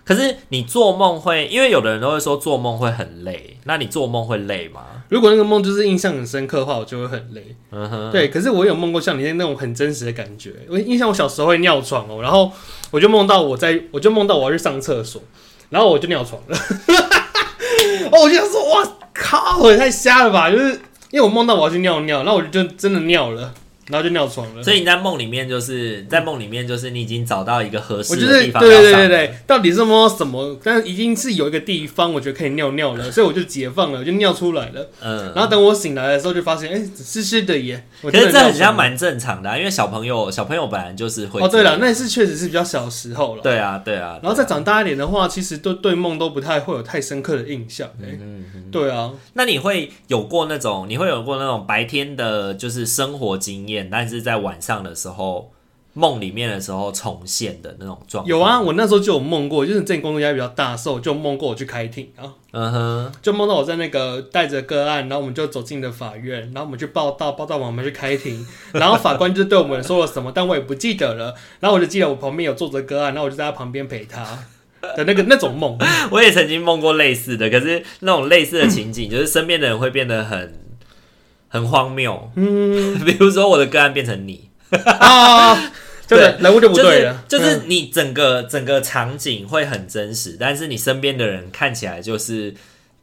[SPEAKER 1] 可是你做梦会，因为有的人都会说做梦会很累，那你做梦会累吗？
[SPEAKER 2] 如果那个梦就是印象很深刻的话，我就会很累。
[SPEAKER 1] 嗯哼，
[SPEAKER 2] 对，可是我有梦过像你那种很真实的感觉。我印象我小时候会尿床哦，然后我就梦到我在，我就梦到我要去上厕所，然后我就尿床了。 哦，我就想说，哇靠，也太瞎了吧！就是因为我梦到我要去尿尿，然后我就真的尿了，然后就尿床了。
[SPEAKER 1] 所以你在梦里面就是在梦里面就是你已经找到一个合适
[SPEAKER 2] 我就
[SPEAKER 1] 的
[SPEAKER 2] 是对
[SPEAKER 1] 地方要上
[SPEAKER 2] 对对对
[SPEAKER 1] 了
[SPEAKER 2] 对，到底是摸什么？但已经是有一个地方，我觉得可以尿尿了，所以我就解放了，我就尿出来了。
[SPEAKER 1] 嗯。
[SPEAKER 2] 然后等我醒来的时候，就发现哎，湿湿的耶！我
[SPEAKER 1] 可
[SPEAKER 2] 真
[SPEAKER 1] 是
[SPEAKER 2] 的
[SPEAKER 1] 这
[SPEAKER 2] 尿
[SPEAKER 1] 很像
[SPEAKER 2] 床了
[SPEAKER 1] 蛮正常的、啊，因为小朋友小朋友本来就是会
[SPEAKER 2] 哦，对
[SPEAKER 1] 这
[SPEAKER 2] 了，
[SPEAKER 1] 样
[SPEAKER 2] 那是确实是比较小时候了。
[SPEAKER 1] 对啊对啊，
[SPEAKER 2] 然后再
[SPEAKER 1] 对啊
[SPEAKER 2] 长大一点的话，其实对对梦都不太会有太深刻的印象。
[SPEAKER 1] 嗯
[SPEAKER 2] 哎，对啊，
[SPEAKER 1] 那你会有过那种，你会有过那种白天的，就是生活经验，但是在晚上的时候，梦里面的时候重现的那种状况。
[SPEAKER 2] 有啊，，我那时候就有梦过，就是之前工作压力比较大的时候，我就梦过我去开庭啊，
[SPEAKER 1] 嗯哼，
[SPEAKER 2] 就梦到我在那个带着个案，然后我们就走进了法院，然后我们去报道，报道完我们去开庭， 然后法官就对我们说了什么，但我也不记得了，然后我就记得我旁边有坐着个案，然后我就在他旁边陪他的那个那种梦，
[SPEAKER 1] 我也曾经梦过类似的，可是那种类似的情景，就是身边的人会变得很很荒谬。嗯， 比如说我的个案变成你，
[SPEAKER 2] 啊，就
[SPEAKER 1] 对
[SPEAKER 2] 人人物就不
[SPEAKER 1] 就
[SPEAKER 2] 对
[SPEAKER 1] 是
[SPEAKER 2] 了，
[SPEAKER 1] 就是
[SPEAKER 2] 嗯
[SPEAKER 1] 你整个整个场景会很真实，但是你身边的人看起来就是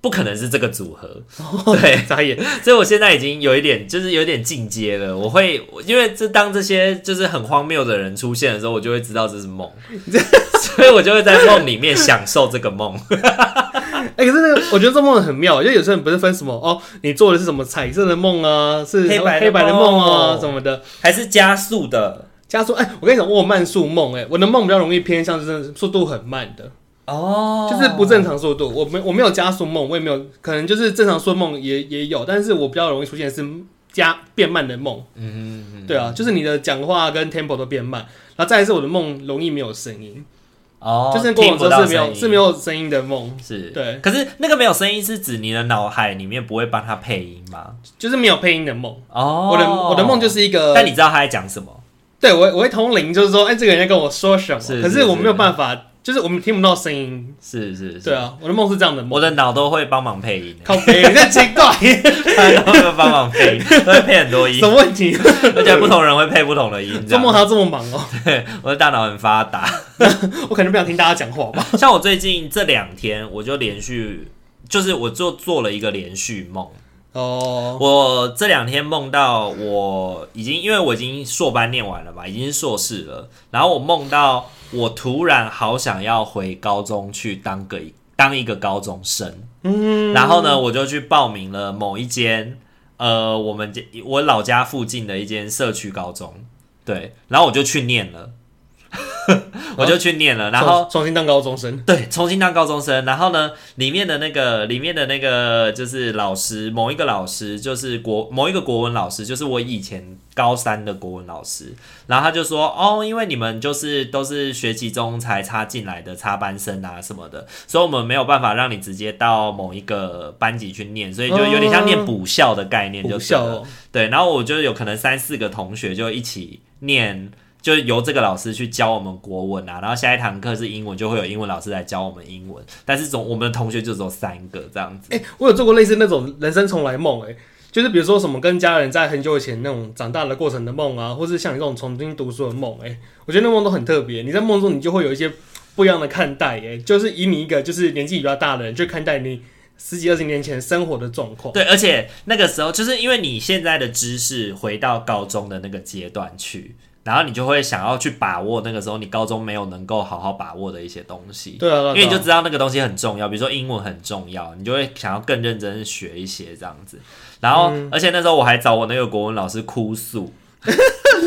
[SPEAKER 1] 不可能是这个组合。 对，
[SPEAKER 2] 眨哦眼，
[SPEAKER 1] 所以我现在已经有一点，就是有点进阶了。我会，我因为这当这些就是很荒谬的人出现的时候，我就会知道这是 梦，所以我就会在梦里面享受这个梦。
[SPEAKER 2] 哎、可是那个，我觉得这梦很妙，因为有些人不是分什么哦，你做的是什么彩色的梦啊，是
[SPEAKER 1] 黑白的
[SPEAKER 2] 黑白的梦啊
[SPEAKER 1] 梦
[SPEAKER 2] 什么的。
[SPEAKER 1] 还是加速的
[SPEAKER 2] 加速，哎、我跟你讲，我有慢速梦，哎，我的梦比较容易偏向就是速度很慢的，
[SPEAKER 1] 哦
[SPEAKER 2] 就是不正常速度。我没我没有加速梦，我也没有，可能就是正常速梦也也有，但是我比较容易出现是加变慢的梦。
[SPEAKER 1] 嗯
[SPEAKER 2] 对啊，就是你的讲话跟 tempo 都变慢，然后再来是我的梦容易没有声音，
[SPEAKER 1] 哦，
[SPEAKER 2] 就是过
[SPEAKER 1] 听
[SPEAKER 2] 往
[SPEAKER 1] 不
[SPEAKER 2] 之
[SPEAKER 1] 到
[SPEAKER 2] 后是没
[SPEAKER 1] 声
[SPEAKER 2] 有
[SPEAKER 1] 音
[SPEAKER 2] 是没有声音的梦，
[SPEAKER 1] 是。
[SPEAKER 2] 对，
[SPEAKER 1] 可是那个没有声音是指你的脑海里面不会帮他配音吗？
[SPEAKER 2] 就是没有配音的梦。
[SPEAKER 1] 哦，
[SPEAKER 2] 我的我的梦就是呃一个，
[SPEAKER 1] 但你知道他在讲什么？
[SPEAKER 2] 对我我会通灵，就是说，哎、这个人在跟我说什么，
[SPEAKER 1] 是
[SPEAKER 2] 可
[SPEAKER 1] 是
[SPEAKER 2] 是我没
[SPEAKER 1] 是
[SPEAKER 2] 有办法，就是我们听不到声音。
[SPEAKER 1] 是是是，
[SPEAKER 2] 对啊，我的梦是这样的梦，
[SPEAKER 1] 我的脑都会帮忙
[SPEAKER 2] ，
[SPEAKER 1] 配音
[SPEAKER 2] 靠北，你在奇怪
[SPEAKER 1] 都会帮忙配 音，都会配很多音
[SPEAKER 2] 什。么问 题？
[SPEAKER 1] 而且不同人会配不同的音，这
[SPEAKER 2] 做
[SPEAKER 1] 样
[SPEAKER 2] 梦还要这么忙哦、
[SPEAKER 1] 我的大脑很发达。
[SPEAKER 2] 我可能不想听大家讲话吧。
[SPEAKER 1] 像我最近这两天，我就连续，就是我就做了一个连续梦，
[SPEAKER 2] 哦，
[SPEAKER 1] 我这两天梦到我已经，因为我已经硕班念完了吧，已经是硕士了。然后我梦到我突然好想要回高中去当个当一个高中生，
[SPEAKER 2] 嗯，
[SPEAKER 1] 然后呢，我就去报名了某一间呃，我们家我老家附近的一间社区高中，对，然后我就去念了， 我就去念了，然后
[SPEAKER 2] 重重新当高中生，
[SPEAKER 1] 对，重新当高中生。然后呢，里面的那个里面的那个就是老师，某一个老师就是国某一个国文老师，就是我以前高三的国文老师。然后他就说，哦，因为你们就是都是学期中才插进来的插班生啊什么的，所以我们没有办法让你直接到某一个班级去念，所以就有点像念哦补校的概念就
[SPEAKER 2] 不
[SPEAKER 1] 是了。
[SPEAKER 2] 笑哦，
[SPEAKER 1] 对，然后我就有可能三四个同学就一起念，就由这个老师去教我们国文啊，然后下一堂课是英文，就会有英文老师来教我们英文，但是总我们的同学就只有三个这样子。
[SPEAKER 2] 哎、我有做过类似那种人生重来梦，哎，就是比如说什么跟家人在很久以前那种长大的过程的梦啊，或是像你这种重新读书的梦，哎，我觉得那梦都很特别。你在梦中你就会有一些不一样的看待，哎，就是以你一个就是年纪比较大的人去看待你十几二十年前生活的状况。
[SPEAKER 1] 对，而且那个时候就是因为你现在的知识回到高中的那个阶段去，然后你就会想要去把握那个时候你高中没有能够好好把握的一些东西。
[SPEAKER 2] 对啊，对啊
[SPEAKER 1] 因为你就
[SPEAKER 2] 对啊
[SPEAKER 1] 知道那个东西很重要，比如说英文很重要，你就会想要更认真学一些这样子。然后，
[SPEAKER 2] 嗯
[SPEAKER 1] 而且那时候我还找我那个国文老师哭诉，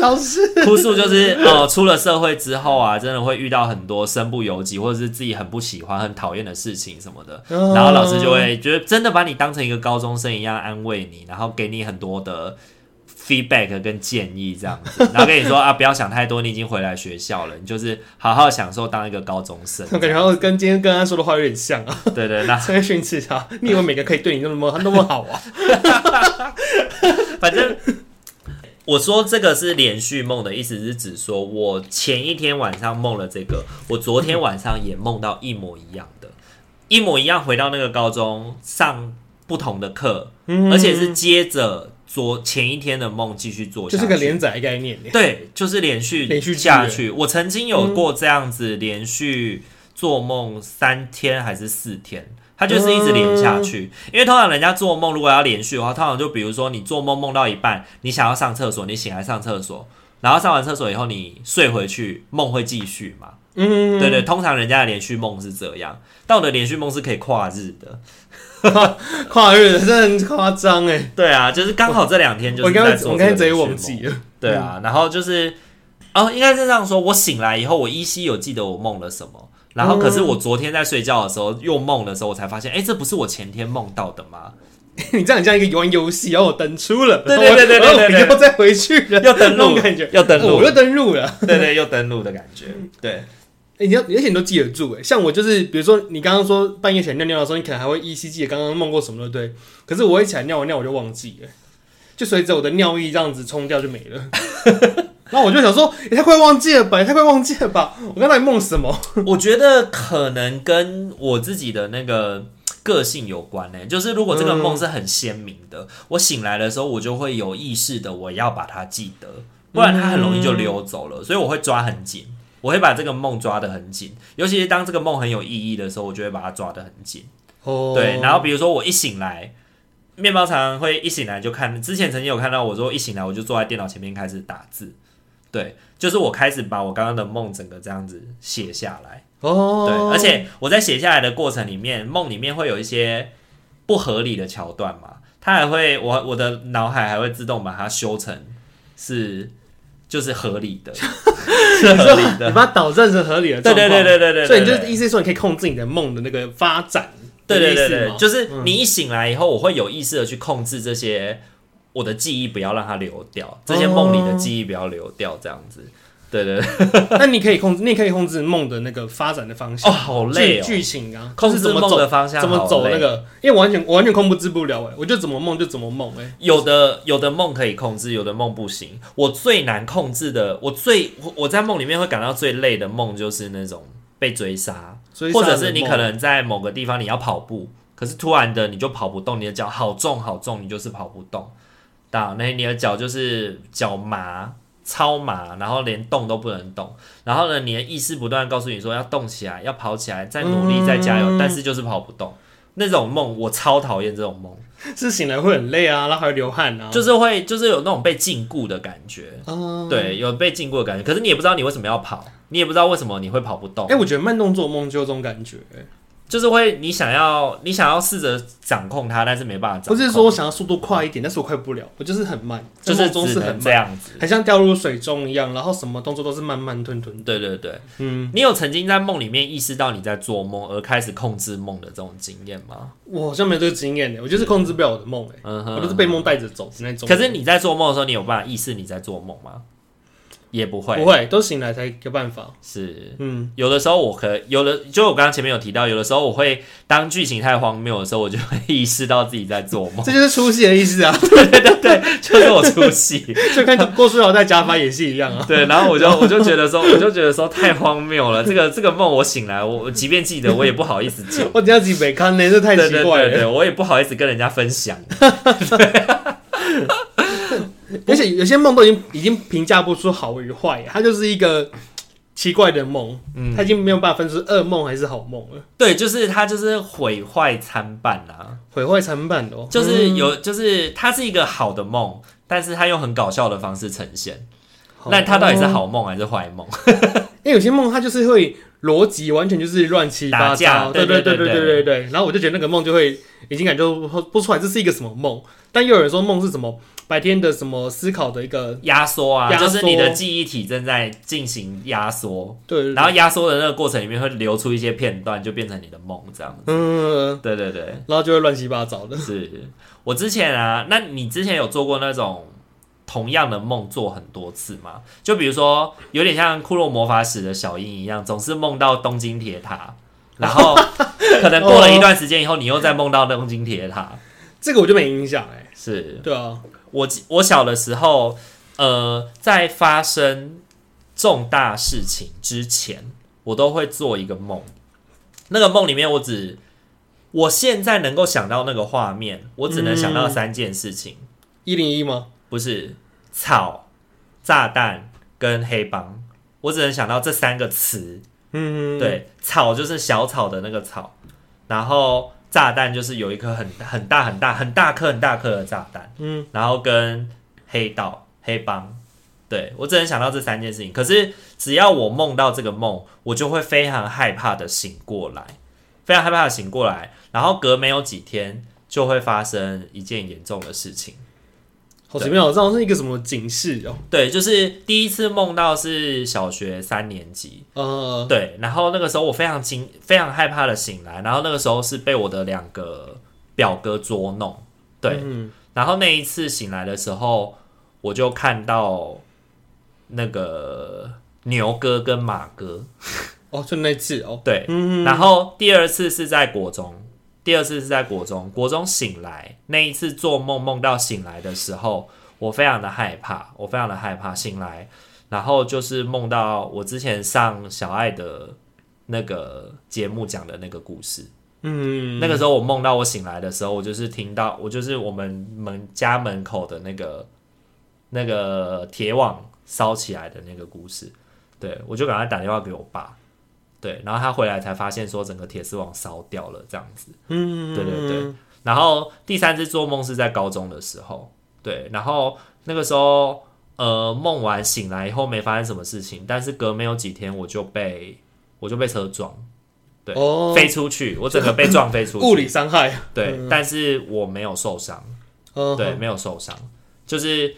[SPEAKER 2] 老师，
[SPEAKER 1] 哭诉就是呃，出了社会之后啊，真的会遇到很多身不由己，或者是自己很不喜欢、很讨厌的事情什么的。
[SPEAKER 2] 嗯
[SPEAKER 1] 然后老师就会觉得真的把你当成一个高中生一样安慰你，然后给你很多的 feedback 跟建议这样子，然后跟你说啊，不要想太多，你已经回来学校了，你就是好好享受当一个高中生。
[SPEAKER 2] 我感觉好像跟今天跟他说的话有点像啊，
[SPEAKER 1] 对对，那
[SPEAKER 2] 所以训斥他，啊你以为每个可以对你那么那么好啊？
[SPEAKER 1] 反正我说这个是连续梦的意思，是指说我前一天晚上梦了这个，我昨天晚上也梦到一模一样的，一模一样回到那个高中上不同的课，
[SPEAKER 2] 嗯
[SPEAKER 1] 而且是接着昨前一天的梦继续做下
[SPEAKER 2] 就
[SPEAKER 1] 去，
[SPEAKER 2] 是个连载概念，哎
[SPEAKER 1] 对，就是连续
[SPEAKER 2] 连续剧嗯
[SPEAKER 1] 下去。我曾经有过这样子连续做梦三天还是四天，它就是一直连
[SPEAKER 2] 嗯
[SPEAKER 1] 下去。因为通常人家做梦如果要连续的话，通常就比如说你做梦梦到一半，你想要上厕所，你醒来上厕所，然后上完厕所以后你睡回去，梦会继续嘛。
[SPEAKER 2] 嗯，
[SPEAKER 1] 对对，通常人家的连续梦是这样，但我的连续梦是可以跨日的。
[SPEAKER 2] 跨越的真的很夸张哎，
[SPEAKER 1] 对啊，就是刚好这两天就
[SPEAKER 2] 我
[SPEAKER 1] 是在
[SPEAKER 2] 刚
[SPEAKER 1] 做
[SPEAKER 2] 我刚才
[SPEAKER 1] 这
[SPEAKER 2] 直接
[SPEAKER 1] 个连续
[SPEAKER 2] 忘
[SPEAKER 1] 梦
[SPEAKER 2] 记了，
[SPEAKER 1] 对啊，然后就是，哦，应该是这样说。我醒来以后，我依稀有记得我梦了什么，然后可是我昨天在睡觉的时候又梦的时候，我才发现，哎、这不是我前天梦到的吗？
[SPEAKER 2] 你这样很像一个玩游戏，然后我登出了，
[SPEAKER 1] 对对对对对对对
[SPEAKER 2] 然 后我又再回去了，
[SPEAKER 1] 又登录
[SPEAKER 2] 那种感觉，
[SPEAKER 1] 又登
[SPEAKER 2] 哦
[SPEAKER 1] 录
[SPEAKER 2] 我又，登录了。
[SPEAKER 1] 对对，又登录的感觉，对，
[SPEAKER 2] 哎，你要，而且你都记得住哎，像我就是，比如说你刚刚说半夜起来尿尿的时候，你可能还会依稀记得刚刚梦过什么，对不对？可是我一起来尿完尿我就忘记了，就随着我的尿意这样子冲掉就没 了。然后我就想说，哎也太快忘记了吧，也太快忘记了吧，我刚才梦什么？
[SPEAKER 1] 我觉得可能跟我自己的那个个性有关呢、就是如果这个梦是很鲜明的，我醒来的时候我就会有意识的我要把它记得，不然它很容易就溜走了，所以我会抓很紧。我会把这个梦抓得很紧，尤其是当这个梦很有意义的时候，我就会把它抓得很紧。
[SPEAKER 2] 哦
[SPEAKER 1] 对，然后比如说我一醒来，面包常常会一醒来就看，之前曾经有看到我说一醒来我就坐在电脑前面开始打字，对，就是我开始把我刚刚的梦整个这样子写下来。
[SPEAKER 2] 哦，
[SPEAKER 1] 对，而且我在写下来的过程里面，梦里面会有一些不合理的桥段嘛，它还会我我的脑海还会自动把它修成是就是合理的，是合理
[SPEAKER 2] 你
[SPEAKER 1] 的。
[SPEAKER 2] 把它导正是合理的
[SPEAKER 1] 对
[SPEAKER 2] 状
[SPEAKER 1] 对
[SPEAKER 2] 况，
[SPEAKER 1] 对对对对，
[SPEAKER 2] 所以你
[SPEAKER 1] 对
[SPEAKER 2] 就是意思是说，你可以控制你的梦的那个发展，
[SPEAKER 1] 对对对
[SPEAKER 2] 的意思
[SPEAKER 1] 对，
[SPEAKER 2] 吗
[SPEAKER 1] 就是你一醒来以后，我会有意识的去控制这些我的记忆，不要让它流掉，这些梦里的记忆不要流掉，这样子。对对对，
[SPEAKER 2] 那你可以控制，你也可以控制梦的那个发展的方
[SPEAKER 1] 哦，
[SPEAKER 2] 向，
[SPEAKER 1] 好累
[SPEAKER 2] 剧
[SPEAKER 1] 哦，
[SPEAKER 2] 剧情啊，
[SPEAKER 1] 控
[SPEAKER 2] 就是
[SPEAKER 1] 制
[SPEAKER 2] 怎么
[SPEAKER 1] 梦
[SPEAKER 2] 走
[SPEAKER 1] 的方向，
[SPEAKER 2] 怎么
[SPEAKER 1] 好
[SPEAKER 2] 走
[SPEAKER 1] 累
[SPEAKER 2] 那个，因为我完全我完全控制不了哎，我就怎么梦就怎么梦哎，
[SPEAKER 1] 有的有的梦可以控制，有的梦不行。我最难控制的，我最我我在梦里面会感到最累的梦，就是那种被追杀，
[SPEAKER 2] 所以
[SPEAKER 1] 或者是
[SPEAKER 2] 杀人
[SPEAKER 1] 你
[SPEAKER 2] 梦
[SPEAKER 1] 可能在某个地方你要跑步，可是突然的你就跑不动，你的脚好重好重，你就是跑不动。到那你的脚就是脚麻。超麻，然后连动都不能动，然后呢，你的意识不断地告诉你说要动起来，要跑起来，再努力，再加油，
[SPEAKER 2] 嗯
[SPEAKER 1] 但是就是跑不动。那种梦我超讨厌这种梦，
[SPEAKER 2] 是醒来会很累啊，然后还会流汗啊，
[SPEAKER 1] 就是会就是有那种被禁锢的感觉，
[SPEAKER 2] 啊，
[SPEAKER 1] 对，有被禁锢的感觉。可是你也不知道你为什么要跑，你也不知道为什么你会跑不动
[SPEAKER 2] 哎、，我觉得慢动作梦就有这种感觉、
[SPEAKER 1] 哦
[SPEAKER 2] 欸
[SPEAKER 1] 就是会你想要你想要试着掌控它，但是没办法掌
[SPEAKER 2] 不
[SPEAKER 1] 控。
[SPEAKER 2] 是说我想要速度快一点，但是我快不了，我就是很慢，
[SPEAKER 1] 就
[SPEAKER 2] 在梦
[SPEAKER 1] 是
[SPEAKER 2] 中
[SPEAKER 1] 只
[SPEAKER 2] 是
[SPEAKER 1] 能
[SPEAKER 2] 很
[SPEAKER 1] 这
[SPEAKER 2] 慢，
[SPEAKER 1] 样子。
[SPEAKER 2] 很像掉入水中一样，然后什么动作都是慢慢吞吞的。
[SPEAKER 1] 对对对，
[SPEAKER 2] 嗯，
[SPEAKER 1] 你有曾经在梦里面意识到你在做梦而开始控制梦的这种经验吗？
[SPEAKER 2] 我好像没有这个经验欸的、我就是控制不了我的梦、欸，
[SPEAKER 1] 嗯哼，
[SPEAKER 2] 我都是被梦带着走的那种。
[SPEAKER 1] 可是你在做梦的时候，你有办法意识你在做梦吗？也不会，
[SPEAKER 2] 不会，都醒来才有办法。
[SPEAKER 1] 是
[SPEAKER 2] 嗯，
[SPEAKER 1] 有的时候我可有的，就我刚刚前面有提到，有的时候我会当剧情太荒谬的时候，我就会意识到自己在做 梦，
[SPEAKER 2] 这就是出戏的意思啊，
[SPEAKER 1] 就是我出戏，
[SPEAKER 2] 就跟郭书瑶在假发演戏一样啊。
[SPEAKER 1] 对，然后我就我就觉得说，我就觉得说太荒谬了，这个这个梦我醒来，我我即便记得，我也不好意思讲，
[SPEAKER 2] 我等下自己没看呢， 这太
[SPEAKER 1] 对
[SPEAKER 2] 奇
[SPEAKER 1] 对
[SPEAKER 2] 怪
[SPEAKER 1] 对对，
[SPEAKER 2] 了。
[SPEAKER 1] 我也不好意思跟人家分享，
[SPEAKER 2] 而且有些梦都已经已经评价不出好与坏，它就是一个奇怪的梦，
[SPEAKER 1] 嗯
[SPEAKER 2] 它已经没有办法分出噩梦还是好梦了，
[SPEAKER 1] 对，就是它就是毁坏参半啊。
[SPEAKER 2] 毁坏参半的哦。
[SPEAKER 1] 就是有，就是它是一个好的梦，但是它用很搞笑的方式呈现。那它到底是
[SPEAKER 2] 好？哦
[SPEAKER 1] 好梦还是坏梦？
[SPEAKER 2] 因为有些梦它就是会逻辑完全就是乱七八
[SPEAKER 1] 打架
[SPEAKER 2] 糟，对
[SPEAKER 1] 对
[SPEAKER 2] 对对
[SPEAKER 1] 对对
[SPEAKER 2] 对对对。然后我就觉得那个梦就会已经感觉不不出来这是一个什么梦，但又有人说梦是什么白天的什么思考的一个
[SPEAKER 1] 压缩啊，
[SPEAKER 2] 压缩
[SPEAKER 1] 就是你的记忆体正在进行压缩，
[SPEAKER 2] 对，
[SPEAKER 1] 然后压缩的那个过程里面会流出一些片段，就变成你的梦这样。
[SPEAKER 2] 嗯，
[SPEAKER 1] 对对对，
[SPEAKER 2] 然后就会乱七八糟的。
[SPEAKER 1] 是我之前啊，那你之前有做过那种同样的梦做很多次吗？就比如说有点像《骷髅魔法使》的小樱一样，总是梦到东京铁塔，然后可能过了一段时间以后，你又再梦到东京铁塔。
[SPEAKER 2] 这个我就没影响哎、
[SPEAKER 1] 是
[SPEAKER 2] 对啊，
[SPEAKER 1] 我记我小的时候，呃，在发生重大事情之前，我都会做一个梦。那个梦里面，我只我现在能够想到那个画面，我只能想到三件事情，
[SPEAKER 2] 一零一吗？
[SPEAKER 1] 不是草、炸弹跟黑帮。我只能想到这三个词。
[SPEAKER 2] 嗯，，
[SPEAKER 1] 对，草就是小草的那个草，然后炸弹就是有一颗很很大很大很大颗很大颗的炸弹。
[SPEAKER 2] 嗯，
[SPEAKER 1] 然后跟黑道、黑帮，对我只能想到这三件事情。可是只要我梦到这个梦，我就会非常害怕的醒过来，非常害怕的醒过来，然后隔没有几天就会发生一件严重的事情。
[SPEAKER 2] 好奇妙，这好像是一个什么警示哦、
[SPEAKER 1] 对，就是第一次梦到是小学三年级，
[SPEAKER 2] 呃，
[SPEAKER 1] 对，然后那个时候我非常惊，非常害怕的醒来，然后那个时候是被我的两个表哥捉弄，对，
[SPEAKER 2] 嗯，
[SPEAKER 1] 然后那一次醒来的时候，我就看到那个牛哥跟马哥，
[SPEAKER 2] 哦，就那次哦、
[SPEAKER 1] 对，
[SPEAKER 2] 嗯，
[SPEAKER 1] 然后第二次是在国中，第二次是在国中，国中醒来那一次做梦梦到醒来的时候，我非常的害怕，我非常的害怕醒来，然后就是梦到我之前上小爱的那个节目讲的那个故事，
[SPEAKER 2] 嗯，
[SPEAKER 1] 那个时候我梦到我醒来的时候，我就是听到我就是我们门家门口的那个那个铁网烧起来的那个故事，对我就赶快打电话给我爸，对，然后他回来才发现说整个铁丝网烧掉了这样子，
[SPEAKER 2] 嗯，
[SPEAKER 1] 对对对，然后第三次做梦是在高中的时候，对，然后那个时候呃梦完醒来以后没发生什么事情，但是隔没有几天我就被我就被车撞。对
[SPEAKER 2] 哦，
[SPEAKER 1] 飞出去，我整个被撞飞出去，
[SPEAKER 2] 物理伤害，
[SPEAKER 1] 对，但是我没有受伤，
[SPEAKER 2] 嗯，
[SPEAKER 1] 对，没有受伤，就是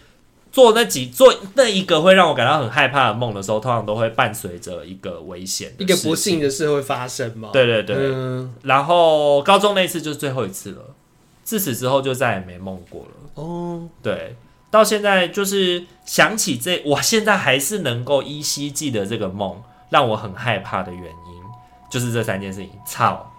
[SPEAKER 1] 做那几做那一个会让我感到很害怕的梦的时候，通常都会伴随着一个危险，
[SPEAKER 2] 一个不，幸的事会发生嘛？
[SPEAKER 1] 对对对。
[SPEAKER 2] 嗯，
[SPEAKER 1] 然后高中那一次就是最后一次了，自此之后就再也没梦过了。
[SPEAKER 2] 哦，
[SPEAKER 1] 对，到现在就是想起这，我现在还是能够依稀记得这个梦让我很害怕的原因，就是这三件事情：草、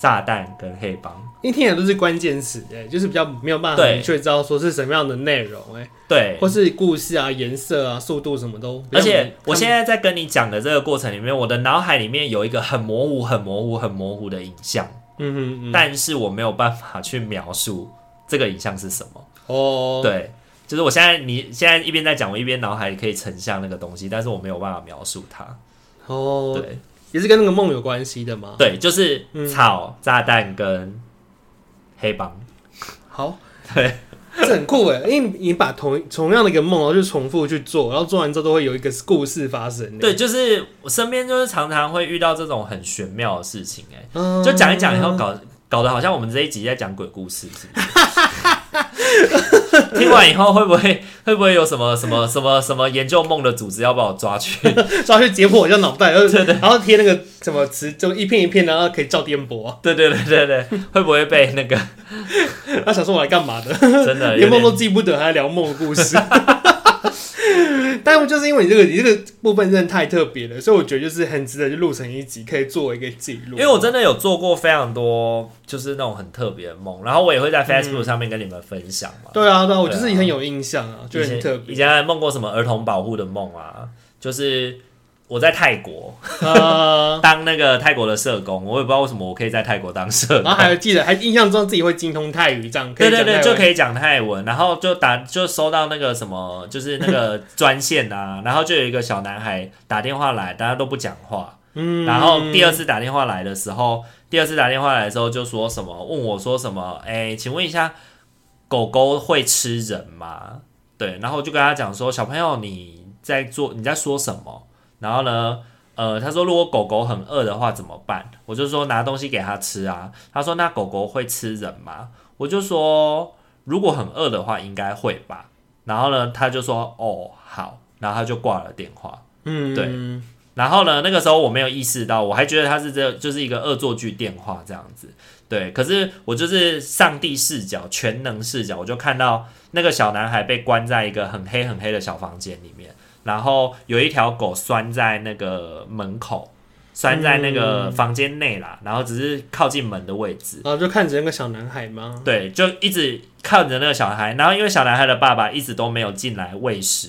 [SPEAKER 1] 炸弹跟黑帮。
[SPEAKER 2] 一听起来都是关键词，哎，就是比较没有办法
[SPEAKER 1] 对
[SPEAKER 2] 明确知道说是什么样的内容，哎，
[SPEAKER 1] 对，
[SPEAKER 2] 或是故事啊、颜色啊、速度什么都。
[SPEAKER 1] 而且我现
[SPEAKER 2] 在
[SPEAKER 1] 在在跟你讲的这个过程里面，我的脑海里面有一个很模糊、很模糊、很模糊的影像，
[SPEAKER 2] 嗯嗯嗯，
[SPEAKER 1] 但是我没有办法去描述这个影像是什么。
[SPEAKER 2] 哦，
[SPEAKER 1] 对，就是我现在你现在一边在讲，我一边脑海里可以成像那个东西，但是我没有办法描述它。
[SPEAKER 2] 哦，嗯
[SPEAKER 1] 对
[SPEAKER 2] 也是跟那个梦有关系的吗？
[SPEAKER 1] 对，就是
[SPEAKER 2] 嗯
[SPEAKER 1] 草、炸弹跟黑帮。
[SPEAKER 2] 好，
[SPEAKER 1] 对，
[SPEAKER 2] 这很酷哎，因为你把同同样的一个梦，然后就重复去做，然后做完之后都会有一个故事发生。欸
[SPEAKER 1] 对，，就是我身边就是常常会遇到这种很玄妙的事情、哎，
[SPEAKER 2] 嗯
[SPEAKER 1] 就讲一讲以后搞搞得好像我们这一集在讲鬼故事是 不是听完以后会不会会不会有什么什么什么什么研究梦的组织要把我抓去？
[SPEAKER 2] 抓去解剖我一下脑袋，然后然后贴那个什么词，就一片一片，然后可以照颠簸、啊。
[SPEAKER 1] 对对对对对，会不会被那个
[SPEAKER 2] 他想说 我来干嘛的？
[SPEAKER 1] 真的有
[SPEAKER 2] 连梦
[SPEAKER 1] 点
[SPEAKER 2] 都记不得，还聊梦的故事。 但就是因为你这个你这个部分真的太特别了，所以我觉得就是很值得就录成一集，可以作为一个记录。
[SPEAKER 1] 因为我真的有做过非常多，就是那种很特别的梦，然后我也会在 Facebook 上面跟你们分享嘛。
[SPEAKER 2] 嗯对啊，对啊，我
[SPEAKER 1] 对
[SPEAKER 2] 就
[SPEAKER 1] 啊
[SPEAKER 2] 是很有印象啊，就
[SPEAKER 1] 以前
[SPEAKER 2] 很特
[SPEAKER 1] 以
[SPEAKER 2] 别
[SPEAKER 1] 前还梦过什么儿童保护的梦啊，就是我在泰国
[SPEAKER 2] 啊。
[SPEAKER 1] 当那个泰国的社工，我也不知道为什么我可以在泰国当社
[SPEAKER 2] 然
[SPEAKER 1] 工
[SPEAKER 2] 后。还有记得，还印象中自己会精通泰语，这样可以
[SPEAKER 1] 对对对，就可
[SPEAKER 2] 以
[SPEAKER 1] 以讲泰文，然后就打就收到那个什么，就是那个专线啊，然后就有一个小男孩打电话来，大家都不讲话，
[SPEAKER 2] 嗯
[SPEAKER 1] 然后第二次打电话来的时候，第二次打电话来的时候就说什么，问我说什么，哎，请问一下，狗狗会吃人吗？对，然后我就跟他讲说，小朋友你在做你在说什么？然后呢，呃，他说如果狗狗很饿的话怎么办？我就说拿东西给它吃啊。他说那狗狗会吃人吗？我就说如果很饿的话应该会吧。然后呢，他就说哦好，然后他就挂了电话。
[SPEAKER 2] 嗯
[SPEAKER 1] 对然后呢，那个时候我没有意识到，我还觉得他是这就是一个恶作剧电话这样子。对，可是我就是上帝视角、全能视角，我就看到那个小男孩被关在一个很黑很黑的小房间里面，然后有一条狗拴在那个门口，拴在那个房间内啦，然后只是靠近门的位置。
[SPEAKER 2] 然后就看着那个小男孩吗？
[SPEAKER 1] 对，就一直看着那个小孩，然后因为小男孩的爸爸一直都没有进来喂食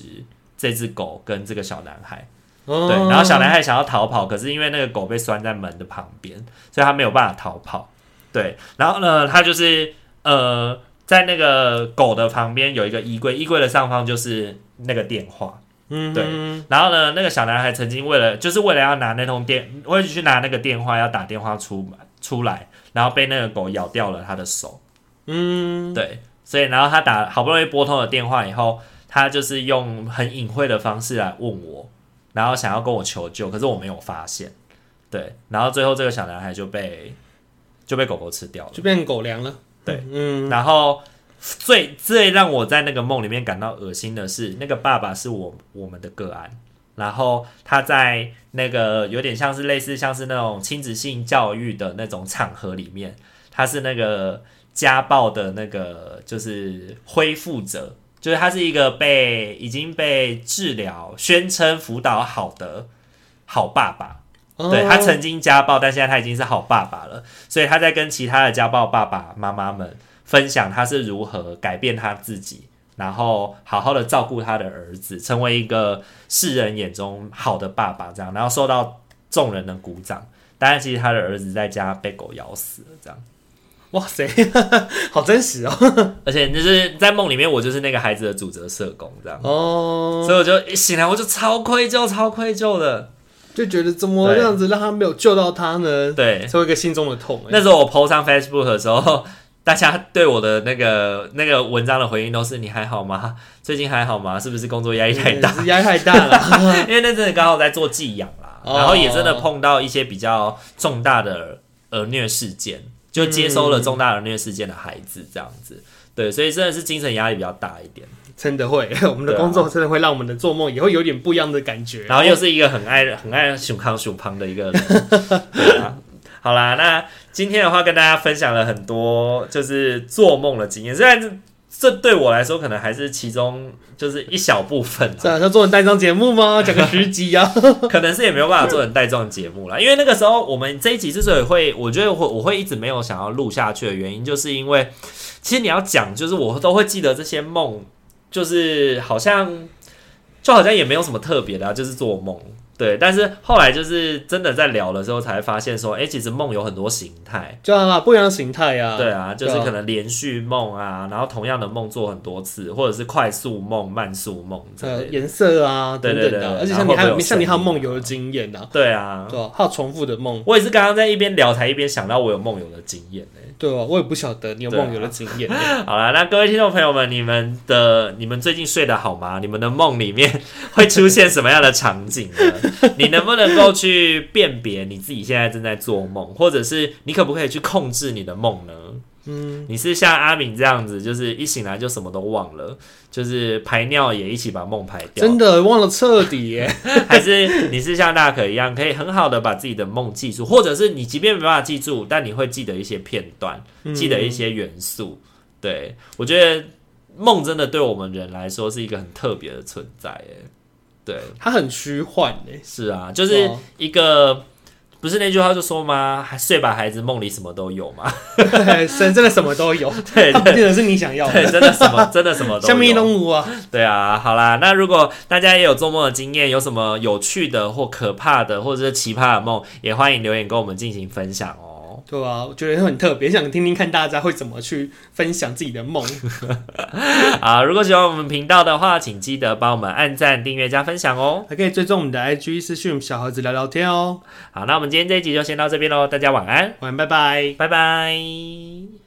[SPEAKER 1] 这只狗跟这个小男孩，
[SPEAKER 2] 哦
[SPEAKER 1] 对，然后小男孩想要逃跑，可是因为那个狗被拴在门的旁边，所以他没有办法逃跑。对，然后呢，他就是呃，在那个狗的旁边有一个衣柜，衣柜的上方就是那个电话。
[SPEAKER 2] 嗯
[SPEAKER 1] 对
[SPEAKER 2] 哼
[SPEAKER 1] 然后呢，那个小男孩曾经为了就是为了要拿那通电，为了去拿那个电话要打电话出门出来，然后被那个狗咬掉了他的手。
[SPEAKER 2] 嗯
[SPEAKER 1] 对，所以然后他打好不容易拨通了电话以后，他就是用很隐晦的方式来问我，然后想要跟我求救，可是我没有发现。对，然后最后这个小男孩就被就被狗狗吃掉了。
[SPEAKER 2] 就变狗粮了。
[SPEAKER 1] 对，
[SPEAKER 2] 嗯
[SPEAKER 1] 然后最最让我在那个梦里面感到恶心的是，那个爸爸是我我们的个案，然后他在那个有点像是类似像是那种亲子性教育的那种场合里面，他是那个家暴的那个就是恢复者。就是他是一个被已经被治疗、宣称辅导好的好爸爸，
[SPEAKER 2] 哦
[SPEAKER 1] 对他曾经家暴，但现在他已经是好爸爸了，所以他在跟其他的家暴爸爸妈妈们分享他是如何改变他自己，然后好好的照顾他的儿子，成为一个世人眼中好的爸爸，这样，然后受到众人的鼓掌。但是其实他的儿子在家被狗咬死了，这样。
[SPEAKER 2] 哇塞，好真实哦。
[SPEAKER 1] 而且就是在梦里面，我就是那个孩子的主责社工，这样。
[SPEAKER 2] 哦，
[SPEAKER 1] 所以我就一醒来，我就超愧疚，超愧疚的。
[SPEAKER 2] 就觉得怎么
[SPEAKER 1] 对
[SPEAKER 2] 这样子让他没有救到他呢？
[SPEAKER 1] 对，
[SPEAKER 2] 成为一个心中的痛、欸。
[SPEAKER 1] 那时候我 PO 上 Facebook 的时候， 大家对我的那个那个文章的回应都是“你还好吗？最近还好吗？是不是工作压力太大
[SPEAKER 2] 嗯，是压力太大了。？”
[SPEAKER 1] 因为那阵子刚好在做寄养啦，
[SPEAKER 2] 哦
[SPEAKER 1] 然后也真的碰到一些比较重大的儿虐事件，就接收了重大儿虐事件的孩子这样子。对，所以真的是精神压力比较大一点，
[SPEAKER 2] 真的会，
[SPEAKER 1] 啊
[SPEAKER 2] 我们的工作真的会让我们的做梦也会有点不一样的感觉。
[SPEAKER 1] 然后又是一个很爱很爱熊康熊胖的一个人。对啊好啦，那今天的话跟大家分享了很多就是做梦的经验，虽然这这对我来说可能还是其中就是一小部分啊啦
[SPEAKER 2] 这 啊样要做成单张节目吗？讲个十集啊？
[SPEAKER 1] 可能是也没有办法做成带状节目啦，因为那个时候我们这一集之所以会，我觉得我我会一直没有想要录下去的原因，就是因为其实你要讲，就是我都会记得这些梦，就是好像就好像也没有什么特别的、啊，就是做梦。对，但是后来就是真的在聊的时候才发现说，哎、其实梦有很多形态。
[SPEAKER 2] 就啊，不一样的形态啊。
[SPEAKER 1] 对啊，就是可能连续梦啊，然后同样的梦做很多次，或者是快速梦、慢速梦之
[SPEAKER 2] 呃，
[SPEAKER 1] 类的。
[SPEAKER 2] 颜色啊，等等
[SPEAKER 1] 对对对
[SPEAKER 2] 的啊，
[SPEAKER 1] 对
[SPEAKER 2] 而且
[SPEAKER 1] 然
[SPEAKER 2] 像
[SPEAKER 1] 后
[SPEAKER 2] 你还
[SPEAKER 1] 会不
[SPEAKER 2] 有，
[SPEAKER 1] 会有
[SPEAKER 2] 像你还有
[SPEAKER 1] 声音
[SPEAKER 2] 梦游的经验啊，
[SPEAKER 1] 对啊，
[SPEAKER 2] 对吧、还有重复的梦，
[SPEAKER 1] 我也是刚刚在一边聊，才一边想到我有梦游的经 验呢、
[SPEAKER 2] 对吧、我也不晓得你有
[SPEAKER 1] 对啊
[SPEAKER 2] 梦游的经 验、
[SPEAKER 1] 好啦，那各位听众朋友们，你们的你们最近睡得好吗？你们的梦里面会出现什么样的场景 呢？你能不能够去辨别你自己现在正在做梦，或者是你可不可以去控制你的梦呢？嗯，你是像阿敏这样子，就是一醒来就什么都忘了，就是排尿也一起把梦排掉，
[SPEAKER 2] 真的忘了彻底耶、
[SPEAKER 1] 还是你是像大可一样，可以很好的把自己的梦记住，或者是你即便没办法记住，但你会记得一些片段， 记
[SPEAKER 2] 嗯
[SPEAKER 1] 得一些元素。对我觉得梦真的对我们人来说是一个很特别的存在，哎，对，
[SPEAKER 2] 它很虚幻耶、
[SPEAKER 1] 是啊，就是
[SPEAKER 2] 哦
[SPEAKER 1] 一个。不是那句话就说吗？还睡吧，孩子，梦里什么都有嘛。
[SPEAKER 2] 对，真真的什么都有，
[SPEAKER 1] 对
[SPEAKER 2] 它不见得是你想要的。
[SPEAKER 1] 对，真的什么，真的什么都有。
[SPEAKER 2] 下面一龙舞啊，
[SPEAKER 1] 对啊，好啦，那如果大家也有做梦的经验，有什么有趣的或可怕的，或者是奇葩的梦，也欢迎留言跟我们进行分享哦。
[SPEAKER 2] 对吧、我觉得很特别，想听听看大家会怎么去分享自己的梦。
[SPEAKER 1] 啊，如果喜欢我们频道的话，请记得帮我们按赞、订阅、加分享哦。
[SPEAKER 2] 还可以追踪我们的 IG 私讯小盒子聊聊天哦。
[SPEAKER 1] 好，那我们今天这一集就先到这边喽，大家晚安，
[SPEAKER 2] 晚安，拜拜。
[SPEAKER 1] 拜拜。